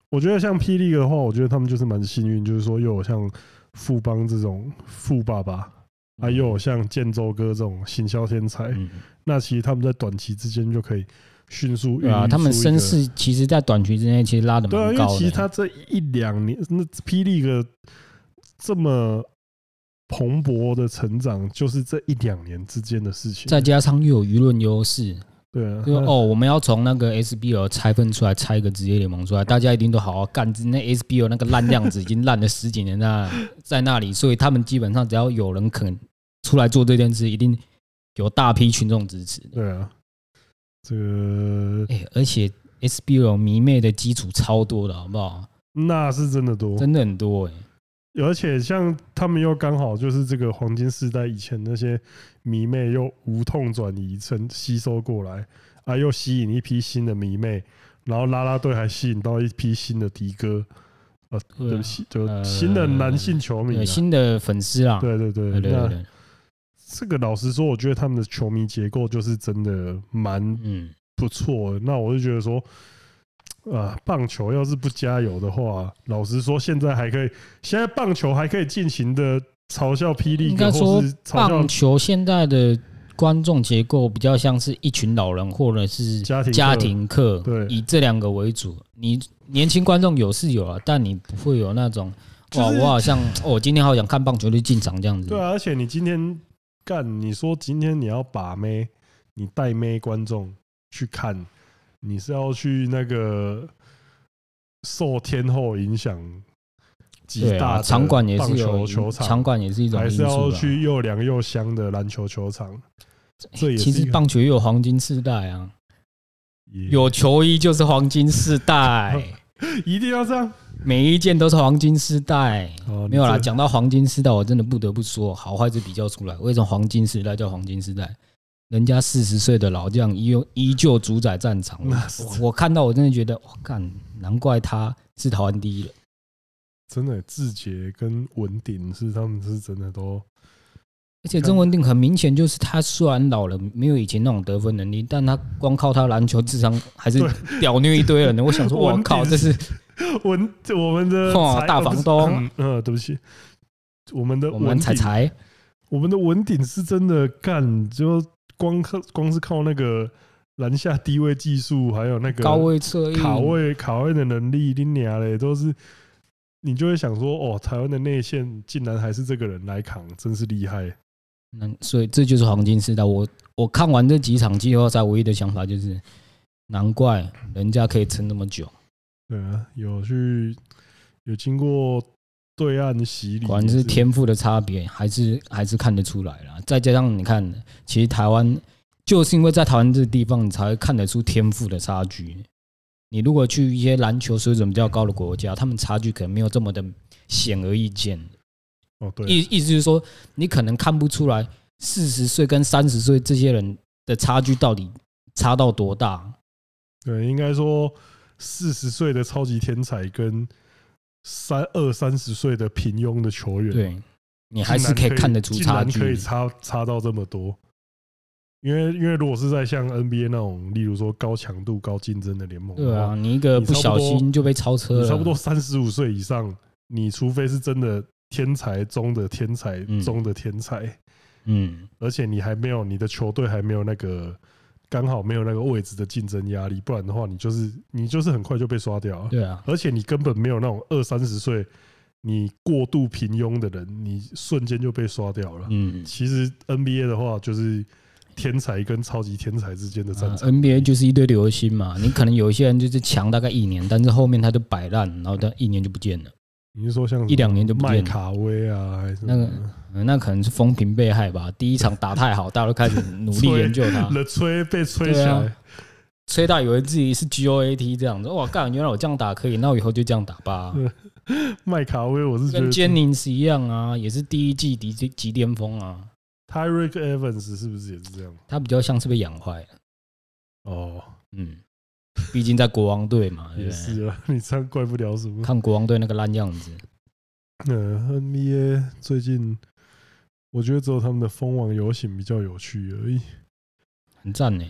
A: 我觉得像霹雳的话，我觉得他们就是蛮幸运，就是说又有像富邦这种富爸爸，啊，又有哎像建州哥这种行销天才，
B: 嗯，
A: 那其实他们在短期之间就可以迅速
B: 对啊，
A: 孕育
B: 他们
A: 出一
B: 身
A: 个
B: 世其实，在短期之内其实拉的
A: 对啊，
B: 蛮
A: 因为
B: 高
A: 其实
B: 的，
A: 他这一两年，那霹雳的这么蓬勃的成长，就是这一两年之间的事情。
B: 再加上又有舆论优势，
A: 对 啊，
B: 就
A: 那
B: 哦，我们要从那个 SBL 拆分出来，拆一个职业联盟出来，大家一定都好好哦干。那 SBL 那个烂样子已经烂了十几年那在那里，所以他们基本上只要有人肯出来做这件事，一定有大批群众支持的。
A: 对啊，这个
B: 哎、而且 SBL 迷妹的基础超多的，好不
A: 嗯
B: 好？
A: 那是真的多，
B: 真的很多哎、
A: 而且像他们又刚好就是这个黄金时代以前那些迷妹又无痛转移成吸收过来啊，又吸引一批新的迷妹，然后啦啦队还吸引到一批新的迪哥，呃，
B: 对啊
A: 对不起，就
B: 呃
A: 新的男性球迷啊
B: 有，新的粉丝啦。
A: 对对对，
B: 对对
A: 那
B: 对，
A: 这个老实说，我觉得他们的球迷结构就是真的蛮
B: 嗯，
A: 不错的。那我就觉得说，啊，棒球要是不加油的话，老实说，现在还可以，现在棒球还可以尽情的嘲笑霹雳
B: 应
A: 哥，
B: 该
A: 或
B: 说
A: 是嘲
B: 棒
A: 笑
B: 球现在的观众结构比较像是一群老人或者是
A: 家庭
B: 家
A: 客
B: 庭课，
A: 对
B: 以这两个为主。你年轻观众有是有啊，但你不会有那种哇，
A: 就是
B: 我好像哦，我今天好想看棒球就进场这样子。
A: 对啊，而且你今天干，你说今天你要把妹，你带妹观众去看，你是要去那个受天后影响极
B: 对
A: 大
B: 啊，
A: 的
B: 场馆也是
A: 棒
B: 有
A: 球球场，
B: 场馆也是一种
A: 还
B: 因
A: 是
B: 素
A: 要
B: 啊。
A: 去又凉又香的篮球球场，这也是
B: 其
A: 一
B: 实
A: 个
B: 棒球也有黄金世代啊，
A: 也
B: 有球衣就是黄金世代，
A: 一定要这样
B: 每一件都是黄金世代。
A: 哦
B: 没有啦，
A: 你这
B: 讲到黄金时代，我真的不得不说，好坏是比较出来。为什么黄金时代叫黄金时代？人家四十岁的老将依依旧主宰战 场，
A: 那是
B: 我我看到我真的觉得，我干，难怪他是台湾第一了。
A: 真的志杰跟文鼎是他们是真的都
B: 而且曾文定很明显就是他虽然老了，没有以前那种得分能力，但他光靠他篮球智商还 是
A: 对
B: 屌虐一堆人呢。我想 说，
A: 文
B: 我靠，
A: 鼎
B: 这是
A: 文我们的
B: 哦
A: 财
B: 大房东，
A: 呃不是嗯，呃对不起，我们的
B: 我
A: 文
B: 们才
A: 鼎
B: 才
A: 我们的文鼎是真的干，就光靠光是靠那个篮下低位技术，还有那个
B: 高位策应
A: 卡位卡位的能力，你俩嘞都是，你就会想说，哦，台湾的内线竟然还是这个人来扛，真是厉害。
B: 那所以这就是黄金时代。我我看完这几场季后赛，唯一的想法就是，难怪人家可以撑那么久，
A: 对啊，有去有经过对岸洗礼，
B: 果然是天赋的差别，还是还是看得出来啦。再加上你看，其实台湾就是因为在台湾这个地方，你才会看得出天赋的差距。你如果去一些篮球水准比较高的国家，他们差距可能没有这么的显而易见。
A: 哦，对，
B: 意意思就是说，你可能看不出来四十岁跟三十岁这些人的差距到底差到多大。
A: 对，应该说四十岁的超级天才跟三二三十岁的平庸的球员，
B: 对，
A: 竟
B: 你
A: 然，
B: 还是可以看得出
A: 竟
B: 差
A: 然可以
B: 距。
A: 差差到这么多。因为因为如果是在像 NBA 那种，例如说高强度、高竞争的联盟，
B: 对啊，，你一个不小心就被超车
A: 你
B: 了，
A: 差不多三十五岁以上，你除非是真的天才中的天才
B: 嗯
A: 中的天才，
B: 嗯，
A: 而且你还没有你的球队还没有那个刚好没有那个位置的竞争压力，不然的话，你就是你就是很快就被刷掉了。
B: 对啊，
A: 而且你根本没有那种二三十岁你过度平庸的人，你瞬间就被刷掉了。
B: 嗯
A: 其实 NBA 的话，就是天才跟超级天才之间的战
B: 啊
A: 争。
B: NBA 就是一堆流星嘛，你可能有一些人就是强大概一年，但是后面他就摆烂，然后他一年就不见了，
A: 你是说像什么
B: 一两年就不
A: 嗯麦
B: 见了。
A: 卡威啊，还是
B: 那个嗯那可能是风评被害吧。第一场打太好，大家都开始努力研究他，
A: 了吹被吹起
B: 对啊
A: 来？
B: 吹到以为自己是 GOAT 这样子。哇，干，原来我这样打可以，那我以后就这样打吧。
A: 麦卡威，嗯我是觉
B: 跟
A: 得
B: Jennings 一样啊，也是第一季极极巅峰啊。
A: Tyreek Evans 是不是也是这样？
B: 他比较像是被养坏了，
A: 哦，
B: 嗯，毕竟在国王队嘛，对
A: 也
B: 不对？
A: 是啊，你 这样怪不了什么。
B: 看国王队那个烂样子，
A: 嗯，NBA 最近我觉得只有他们的蜂王游行比较有趣而已。
B: 很赞呢。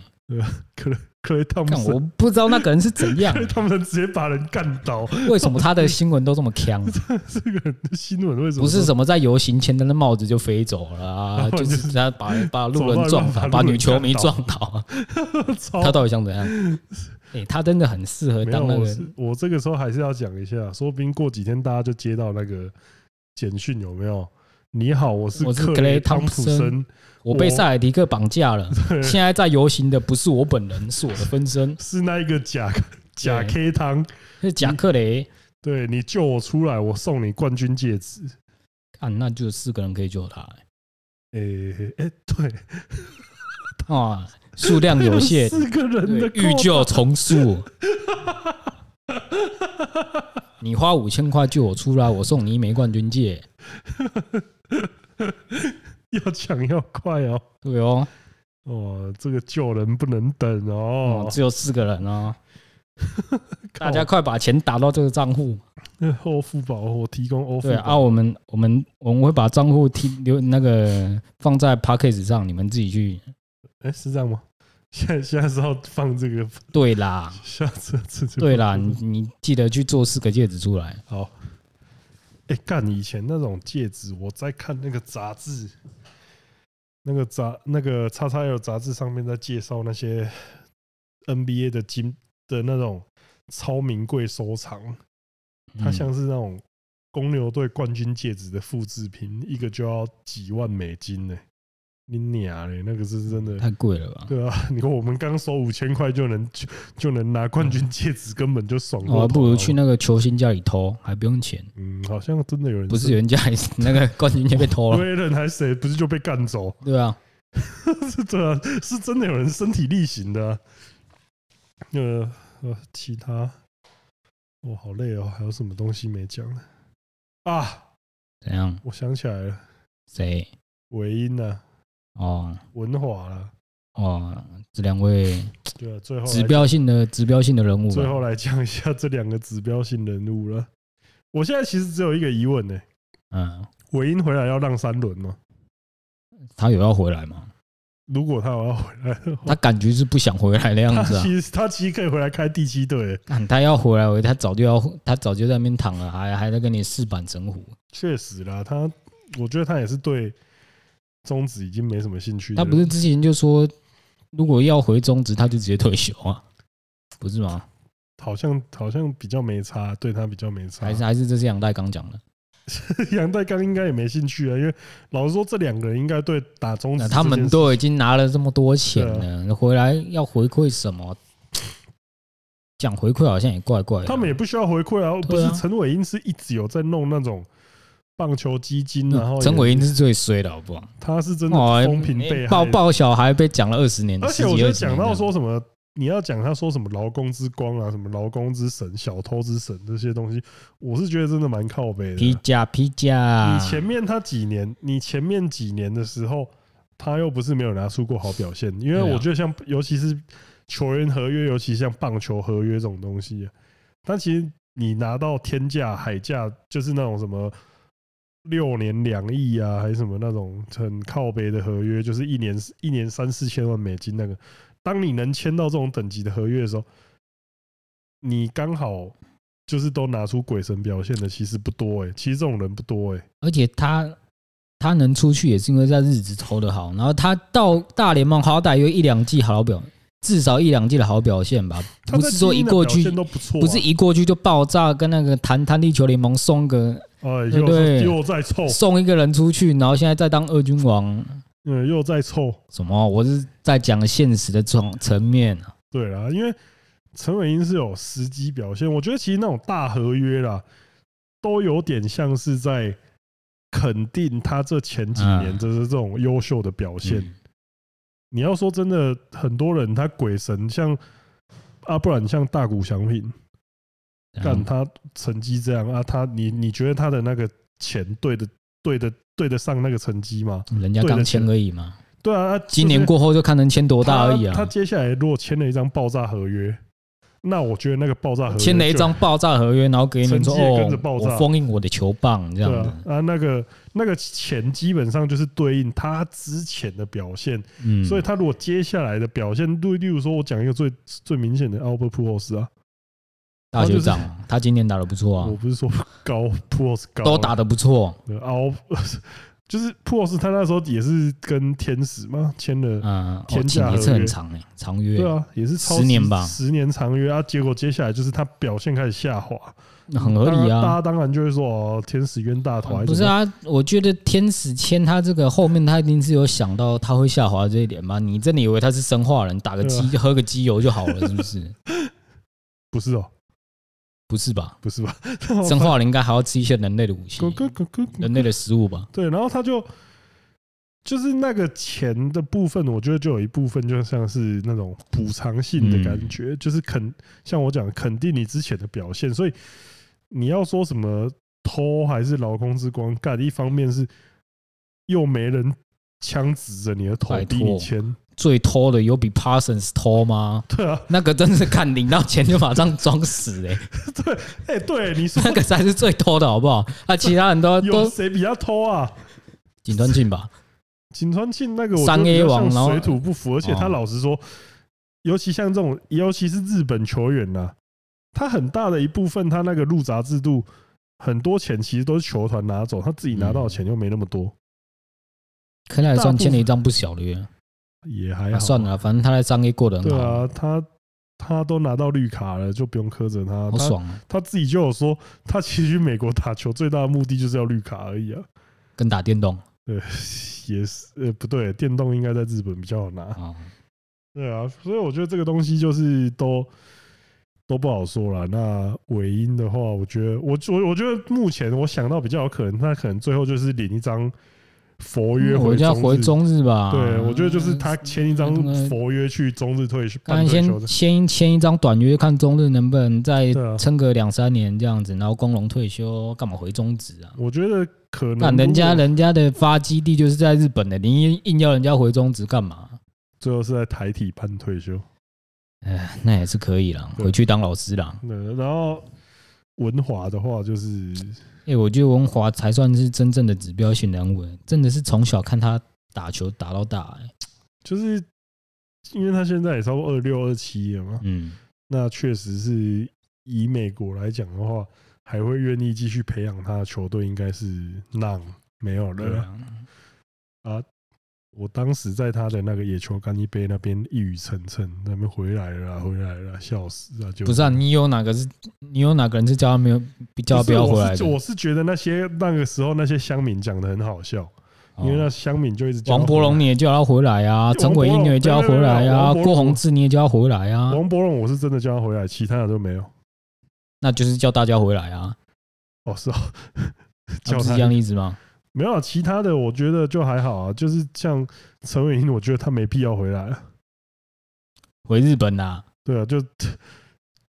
A: 克雷克雷汤姆
B: 看我
A: 森，
B: 不知道那个人是怎样啊
A: 克， 雷汤姆森直接把人干倒，
B: 为什么他的新闻都这么强？
A: 这个人的新闻为什么
B: 不是什么在游行前他的帽子就飞走了啊，
A: 然后
B: 就
A: 就是
B: 是他把把
A: 走到
B: 路人
A: 一
B: 撞
A: 半把
B: 倒，
A: 路
B: 把女
A: 人
B: 球迷
A: 干倒
B: 撞倒，啊
A: 超
B: 他到底想怎样？哎，他真的很适合
A: 哦没有，
B: 当那
A: 我
B: 个
A: 是我这个时候还是要讲一下，说不定过几天大家就接到那个简讯，有没有？你好，我是
B: 我是
A: 克
B: Clay
A: 汤普森，
B: 我被
A: 我
B: 塞尔迪克绑架了，现在在游行的不是我本人，是我的分身，
A: 是那一个假假
B: 对
A: K 汤，
B: 是贾克
A: 嗯
B: 雷。
A: 对你救我出来，我送你冠军戒指。
B: 啊，那就四个人可以救他、欸
A: 诶、诶、对，
B: 啊，数量有限，
A: 四个人的
B: 对欲救从速。你花五千块救我出来，我送你一枚冠军戒。
A: 要抢要快哦。
B: 对哦，
A: 哦，这个救人不能等
B: 哦
A: 哦，，
B: 只有四个人哦，
A: 靠
B: 大家快把钱打到这个账户。
A: 那欧付宝，我提供欧付
B: 对啊，
A: 宝，
B: 我们我们我们会把账户提留那个放在 p a c k a g e 上，你们自己去。
A: 哎、是这样吗？现在现在是要放这个，
B: 对啦，
A: 下次这就
B: 对啦，你你记得去做四个戒指出来。
A: 好。哎、干！以前那种戒指，我在看那个杂志，那个杂那个叉叉 L 杂志上面在介绍那些 NBA 的金的那种超名贵收藏，它
B: 嗯
A: 像是那种公牛队冠军戒指的复制品，一个就要几万美金呢、你娘嘞，那个是真的。
B: 太贵了吧？
A: 对啊， 你看我们刚收五千块就能就就能拿冠军戒指，根本就爽
B: 哦，
A: 过头了。啊
B: 不如去那个球星家里偷，还不用钱。
A: 嗯，好像真的有人
B: 不是人家 还是那个冠军也被偷了，
A: 威人还是谁，不是就被干走？
B: 对啊，
A: 是对啊，是真的有人身体力行的、啊。呃呃，其他，我好累哦，还有什么东西没讲呢？啊，
B: 怎样？
A: 我想起来了，
B: 谁？
A: 尾音呢、啊，
B: 哦
A: 文华了、啊，
B: 哦，这两位
A: 对啊，最后来
B: 指标性的指标性的人物吧，
A: 最后来讲一下这两个指标性人物了。我现在其实只有一个疑问呢、
B: 嗯，
A: 尾音回来要让三轮吗？
B: 他有要回来吗？
A: 如果他有要回来的话，
B: 他感觉是不想回来的 样
A: 他
B: 子啊。
A: 其实他其实可以回来开第七队欸、
B: 看他要回来，我他早就要他早就在那边躺了，还还在跟你四板神虎。
A: 确实啦，他我觉得他也是对中职已经没什么兴趣的
B: 他
A: 人。
B: 不是之前就说，如果要回中职，他就直接退休啊，不是吗？
A: 好像好像比较没差，对啊他比较没差
B: 还。是还是这是杨代刚讲的，
A: 杨代刚应该也没兴趣啊，因为老实说，这两个人应该对打中
B: 那
A: 职
B: 他
A: 这件
B: 们
A: 事
B: 都已经拿了这么多钱
A: 啊
B: 了，回来要回馈什么？讲回馈好像也怪怪的。
A: 他们也不需要回馈啊。不
B: 对
A: 是
B: 啊
A: 陈伟英是一直有在弄那种棒球基金，然后也
B: 嗯陈伟英是最衰的，好不好？
A: 他是真的
B: 哦
A: 风评
B: 哎
A: 被害
B: 抱。抱小孩被讲了二十年，
A: 而且我觉得讲到
B: 十几
A: 说什么，你要讲他说什么劳工之光啊，什么劳工之神、小偷之神这些东西，我是觉得真的蛮靠背的。
B: 二十年这样皮夹皮夹，
A: 你前面他几年，你前面几年的时候，他又不是没有拿出过好表现，因为
B: 对啊
A: 我觉得像尤其是球员合约，尤其像棒球合约这种东西啊，但其实你拿到天价、海价，就是那种什么。六年两亿啊，还是什么那种很靠北的合约，就是一年一年三四千万美金那个。当你能签到这种等级的合约的时候，你刚好欸就是都拿出鬼神表现的，其实不多哎、其实这种人不多哎、
B: 而且他他能出去也是因为在日子投得好，然后他到大联盟好歹有一两季好表，至少一两季的好表现吧，
A: 他
B: 不
A: 在
B: 是说
A: 精
B: 一
A: 英的
B: 过
A: 表
B: 去
A: 现都不错啊，
B: 不是一过去就爆炸，跟那个弹弹地球联盟送个
A: 哎，
B: 对
A: 又
B: 不对
A: 又在凑，
B: 送一个人出去，然后现在再当二军王，
A: 嗯，又在凑。
B: 什么？啊我是在讲现实的层层面啊，
A: 对啦，因为陈伟英是有时机表现，我觉得其实那种大合约啦，都有点像是在肯定他这前几年
B: 嗯
A: 就是这种优秀的表现。
B: 嗯
A: 你要说真的，很多人他鬼神像啊，不然像大谷翔平，
B: 嗯
A: 干他成绩这样啊，他你你觉得他的那个钱对的对的对得上那个成绩吗？
B: 嗯人家刚签而已嘛，
A: 对啊，啊
B: 今年
A: 就是
B: 过后就看能签多大而已
A: 他他
B: 啊。
A: 接下来如果签了一张爆炸合约，那我觉得那个爆炸合约
B: 签了一
A: 就
B: 张爆炸合约，然后给你
A: 成
B: 说
A: 绩也跟
B: 哦
A: 着爆，炸
B: 我封印我的球棒这样
A: 对
B: 子
A: 啊，，啊，那个那个钱基本上就是对应他之前的表现，
B: 嗯，
A: 所以他如果接下来的表现，例例如说，我讲一个最最明显的 Albert Pujols 啊，
B: 大学
A: 他
B: 长他今年打的不错啊
A: 我，不是说高 Pujols 高啊，
B: 都打的不错，
A: 对 Al，就是 Pujols 他那时候也是跟天使嘛签了，
B: 嗯，哦，
A: 天
B: 今
A: 价合约
B: 年是很长诶，长约
A: 对，啊，也是超
B: 十年吧
A: 十年长约啊，结果接下来就是他表现开始下滑，
B: 那很合
A: 当
B: 理
A: 然大
B: 啊。
A: 家当然就会说哦，天使冤大头，还
B: 不是
A: 怎么样，
B: 啊，我觉得天使签他这个后面，他一定是有想到他会下滑这一点嘛？你真的以为他是生化人，打个
A: 对啊
B: 鸡喝 个鸡油就好了，是 不是？
A: 不是哦，
B: 不是吧？
A: 不是吧？
B: 生化人应该还要吃一些人类的武器
A: 咕，咕咕咕咕
B: 人类的食物吧？
A: 对，然后他就就是那个钱的部分，我觉得就有一部分就像是那种补偿性的感觉，就是肯像我讲肯定你之前的表现，所以你要说什么偷还是劳工之光干，一方面是又没人枪指着你的头
B: 拜
A: 逼你
B: 托
A: 签，
B: 最偷的有比 Parsons 偷吗？
A: 对啊，
B: 那个真是看领到钱就马上装死 哎、
A: 对，哎、对，你说
B: 那个才是最偷的好不好？啊，其他人都
A: 有
B: 都
A: 谁比他偷啊？
B: 井端进吧，
A: 井川庆那个我
B: 三
A: 觉得比
B: A
A: 较
B: 王
A: 像
B: 然后
A: 水土不服，而且他
B: 哦
A: 老实说，尤其像这种，尤其是日本球员呐、他很大的一部分，他那个入闸制度，很多钱其实都是球团拿走，他自己拿
B: 嗯
A: 到的钱又没那么多，
B: 可能还
A: 大部
B: 算
A: 分
B: 签了一张不小的约。
A: 也还好、
B: 啊、算了啦，反正他在商业过得很
A: 对
B: 好，
A: 啊，他他都拿到绿卡了，就不用苛责他。
B: 好
A: 他
B: 爽、啊，
A: 他自己就有说，他其实去美国打球最大的目的就是要绿卡而已啊。
B: 跟打电动
A: 呃， 也是呃不对，电动应该在日本比较好拿。
B: 啊，
A: 对啊，所以我觉得这个东西就是都都不好说了。那尾音的话，我觉得我我我觉得目前我想到比较有可能，他可能最后就是领一张佛约
B: 嗯哦我
A: 回
B: 就要
A: 中日。
B: 回中日吧。
A: 对，我觉得就是他签一张
B: 那个
A: 佛约去中日退休，
B: 当
A: 办
B: 然
A: 退
B: 先
A: 休的。
B: 先签一张短约，看中日能不能再
A: 对啊
B: 撑个两三年这样子，然后光荣退休，干嘛回中职啊？
A: 我觉得可能
B: 干
A: 如
B: 人家
A: 果
B: 人家的发基地就是在日本的，你硬硬要人家回中职干嘛？
A: 最后是在台体办退休。
B: 哎，那也是可以啦，
A: 对
B: 回去当老师啦。
A: 对，然后文华的话就是
B: 哎、我觉得文华才算是真正的指标性人物，欸真的是从小看他打球打到大、哎
A: 就是，因为他现在也超过二六二七了嘛。
B: 嗯，
A: 那确实是以美国来讲的话，还会愿意继续培养他的球队，应该是浪没有
B: 对
A: 了。
B: 啊，
A: 我当时在他的那个野球干一杯那边一语成谶，那边回来了啦，回来了啦，笑死啊！就
B: 不是啊，你有哪个是你有哪个人是叫他没有叫
A: 不
B: 他不
A: 是
B: 要
A: 我
B: 回来
A: 是
B: 的？
A: 我是觉得那些那个时候那些乡民讲的很好笑，因为那
B: 哦
A: 乡民就一直叫他
B: 王伯
A: 回
B: 龙
A: 来。
B: 你也叫他回来啊，
A: 王
B: 陈
A: 伯
B: 伟
A: 龙
B: 英你也叫他回来啊，
A: 没有没有没有王伯龙
B: 郭宏志你也叫他回来啊，
A: 王伯龙，我是真的叫他回来，其他的都没有。
B: 那就是叫大家回来 啊，
A: 哦，是哦，
B: 那
A: 叫
B: 不是
A: 他
B: 一样的意思吗？
A: 没有啊其他的，我觉得就还好啊。就是像陈伟霆，我觉得他没必要回来啊。
B: 回日本啦，
A: 对啊，就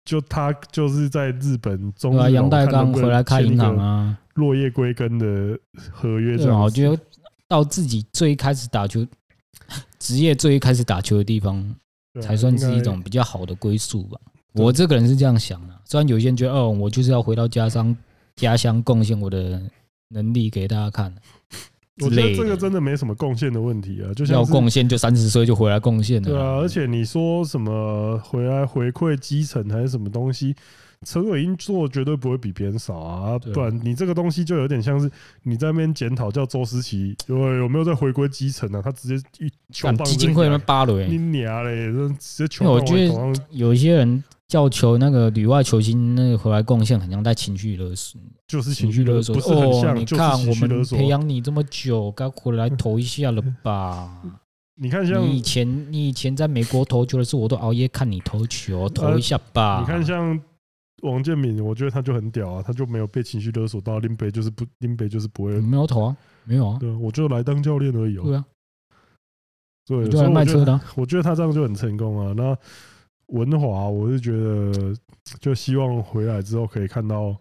A: 就他就是在日本中
B: 对啊，
A: 日
B: 杨代
A: 看能
B: 刚
A: 不能
B: 回来开
A: 签一
B: 银行
A: 个
B: 啊，
A: 落叶归根的合约这
B: 对啊，
A: 样
B: 我
A: 子。
B: 觉得到自己最一开始打球， 职业最一开始打球的地方，
A: 对啊
B: 才算是
A: 应
B: 一
A: 该
B: 种比较好的归宿吧。
A: 对
B: 我这个人是这样想的、虽然有些人觉得，哦，我就是要回到家乡，家乡贡献我的能力给大家看，
A: 我觉得
B: 之类
A: 这个
B: 的
A: 真的没什么贡献的问题啊，就像
B: 要
A: 是啊
B: 贡献就三十岁就回来贡献了。
A: 对啊，而且你说什么回来回馈基层还是什么东西，陈伟英做绝对不会比别人少啊，
B: 对
A: 不然你这个东西就有点像是你在那边检讨叫周思琪有有没有在回归基层啊？他直接一球
B: 干
A: 棒
B: 基金会那边扒了、
A: 你娘嘞，这直接球
B: 因为
A: 棒
B: 我
A: 往
B: 觉
A: 头
B: 得
A: 上
B: 有一些人叫求那个旅外球星那个回来贡献，很像在情绪勒索，
A: 就是情
B: 情
A: 绪
B: 绪
A: 勒
B: 勒
A: 索，
B: 索。
A: 不是很
B: 哦，
A: 像，
B: 你
A: 就是
B: 看
A: 情
B: 我
A: 绪勒
B: 们
A: 索。
B: 培养你这么久，该回来投一下了吧？
A: 你看像
B: 你以前你以前在美国投球的时候，我都熬夜看你投球，哦投一下吧。
A: 你看像王建民，我觉得他就很屌啊，他就没有被情绪勒索到，林北就是不林北就是不会
B: 你，没有投啊，没有啊，
A: 对，我就来当教练而已哦。
B: 对啊，
A: 对，
B: 你就
A: 所以
B: 来
A: 我
B: 卖
A: 觉
B: 车
A: 得
B: 的啊。
A: 我觉得他这样就很成功啊。那文华，我是觉得就希望回来之后可以看到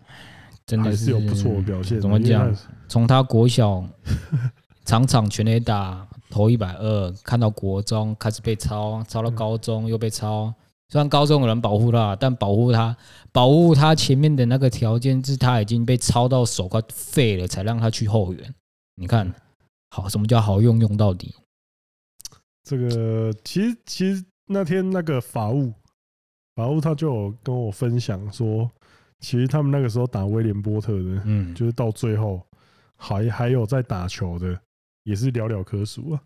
B: 真
A: 还
B: 的
A: 是有不错的表现啊。
B: 怎么
A: 因为
B: 讲
A: 他？？
B: 从他国小 场场全垒打投一百二，看到国中开始被抄，抄到高中又被抄。虽然高中有人保护他，但保护他保护他前面的那个条件是他已经被抄到手快废了，才让他去后援。你看，好什么叫好用用到底？
A: 这个其实其实那天那个法务法务他就有跟我分享说，其实他们那个时候打威廉波特的，
B: 嗯，
A: 就是到最后还还有在打球的，也是寥寥可数啊。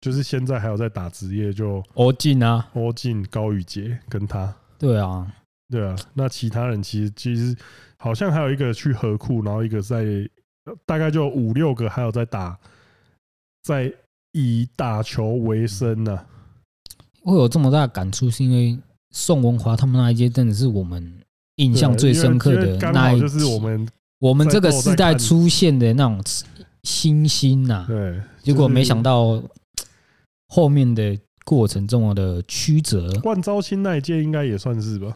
A: 就是现在还有在打职业，就
B: 欧进啊，
A: 欧进、高宇杰跟他，
B: 对啊，
A: 对啊。那其他人其实其实好像还有一个去河库，然后一个在呃大概就五六个还有在打，在以打球为生啊呢、
B: 会有这么大的感触，是因为宋文华他们那一届真的是我们印象
A: 对
B: 最
A: 因为
B: 深刻
A: 因为
B: 的
A: 刚
B: 那
A: 好
B: 一
A: 就是
B: 季
A: 我们
B: 我们这个时代出现的那种新星呐、
A: 对，
B: 结果
A: 就是
B: 没想到后面的过程这么的曲折。
A: 万昭清那一届应该也算是吧？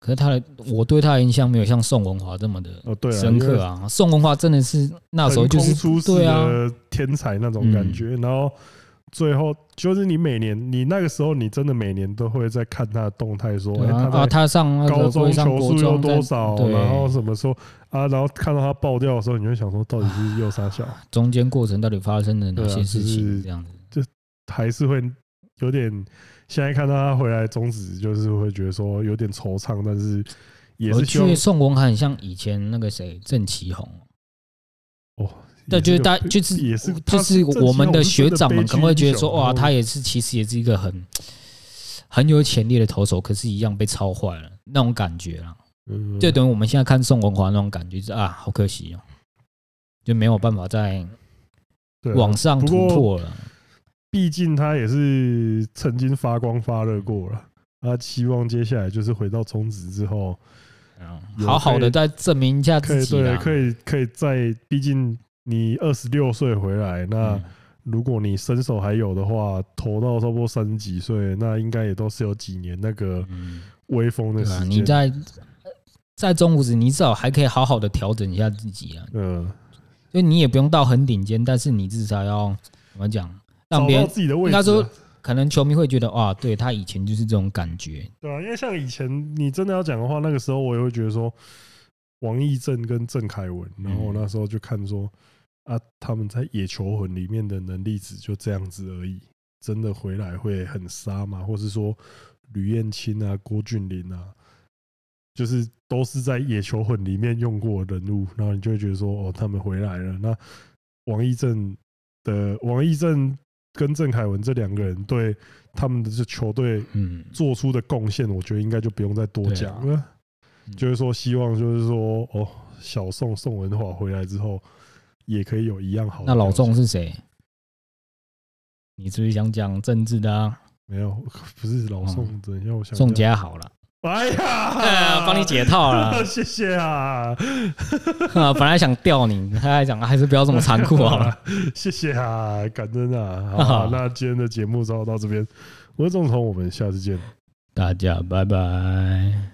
B: 可是他的，我对他的印象没有像宋文华这么的
A: 哦，对啊，
B: 深刻啊。宋文华真的是那时候就
A: 横空
B: 是
A: 出世
B: 对啊，嗯
A: 的天才那种感觉，然后最后就是你每年，你那个时候你真的每年都会在看他的动态，说
B: 对
A: 哎
B: 啊，啊
A: 他在
B: 他上那
A: 高
B: 个
A: 中
B: 会上
A: 球
B: 国
A: 数又
B: 中在
A: 多少，
B: 对
A: 然后什么时候啊，然后看到他爆掉的时候，你会想说到底是又啥小，
B: 中间过程到底发生了哪
A: 对啊
B: 些事
A: 就是
B: 情这样子。
A: 还是会有点现在看到他回来终止，就是会觉得说有点惆怅，但是也
B: 我
A: 是希
B: 觉
A: 望
B: 得宋文华很像以前那个谁郑启宏，对，就
A: 也
B: 是
A: 有
B: 大就是
A: 也是他
B: 就是是
A: 郑
B: 我
A: 钦
B: 们
A: 宏
B: 的
A: 是真
B: 学
A: 的
B: 长
A: 悲
B: 们可能
A: 剧哦
B: 会
A: 英
B: 觉得说，
A: 雄
B: 哇，
A: 然后
B: 他也是其实也是一个很很有潜力的投手，可是一样被超坏了那种感觉啦，
A: 嗯
B: 就等于我们现在看宋文华那种感觉，就是啊，好可惜哦、就没有办法再
A: 对啊
B: 往上
A: 不
B: 突
A: 过
B: 破了。
A: 毕竟他也是曾经发光发热过了。他期望接下来就是回到中职之后，啊有
B: 嗯好好
A: 可以
B: 的再证明一下
A: 可
B: 自
A: 以
B: 己
A: 对，
B: 啦，
A: 可以可以在，毕竟你二十六岁回来，那
B: 嗯
A: 如果你身手还有的话，投到差不多三十几岁，那应该也都是有几年那个
B: 嗯，
A: 威风的
B: 对
A: 时
B: 啊，
A: 间。
B: 你在在中午时，你至少还可以好好的调整一下自己啊，
A: 嗯，
B: 就你也不用到很顶尖，但是你至少要怎么讲，让别
A: 找
B: 人
A: 到自己的位置啊，
B: 应该说可能球迷会觉得哇，对他以前就是这种感觉，
A: 对啊，因为像以前你真的要讲的话，那个时候我也会觉得说，王义正跟郑凯文，然后我那时候就看说啊，他们在野球魂里面的能力值就这样子而已，真的回来会很杀吗？或是说吕燕青啊、郭俊霖啊，就是都是在野球魂里面用过的人物，然后你就会觉得说，哦，他们回来了。那王义正的王义正跟郑凯文这两个人对他们的这球队
B: 嗯，
A: 做出的贡献，我觉得应该就不用再多讲了。
B: 嗯
A: 就是说，希望就是说，哦，小宋宋文华回来之后，也可以有一样好的表
B: 那
A: 现。
B: 老宋是谁？你是不是想讲政治的啊？
A: 没有，不是老宋，等一下我想
B: 哦宋
A: 一下，
B: 家好了，
A: 哎呀，
B: 呃，帮你解套了。 啊
A: 谢谢啊，
B: 本来想吊你，他还讲还是不要这么残酷好了。
A: 谢谢啊，感恩啊。好 啊那今天的节目就到这边，我是总统，我们下次见。
B: 大家拜拜。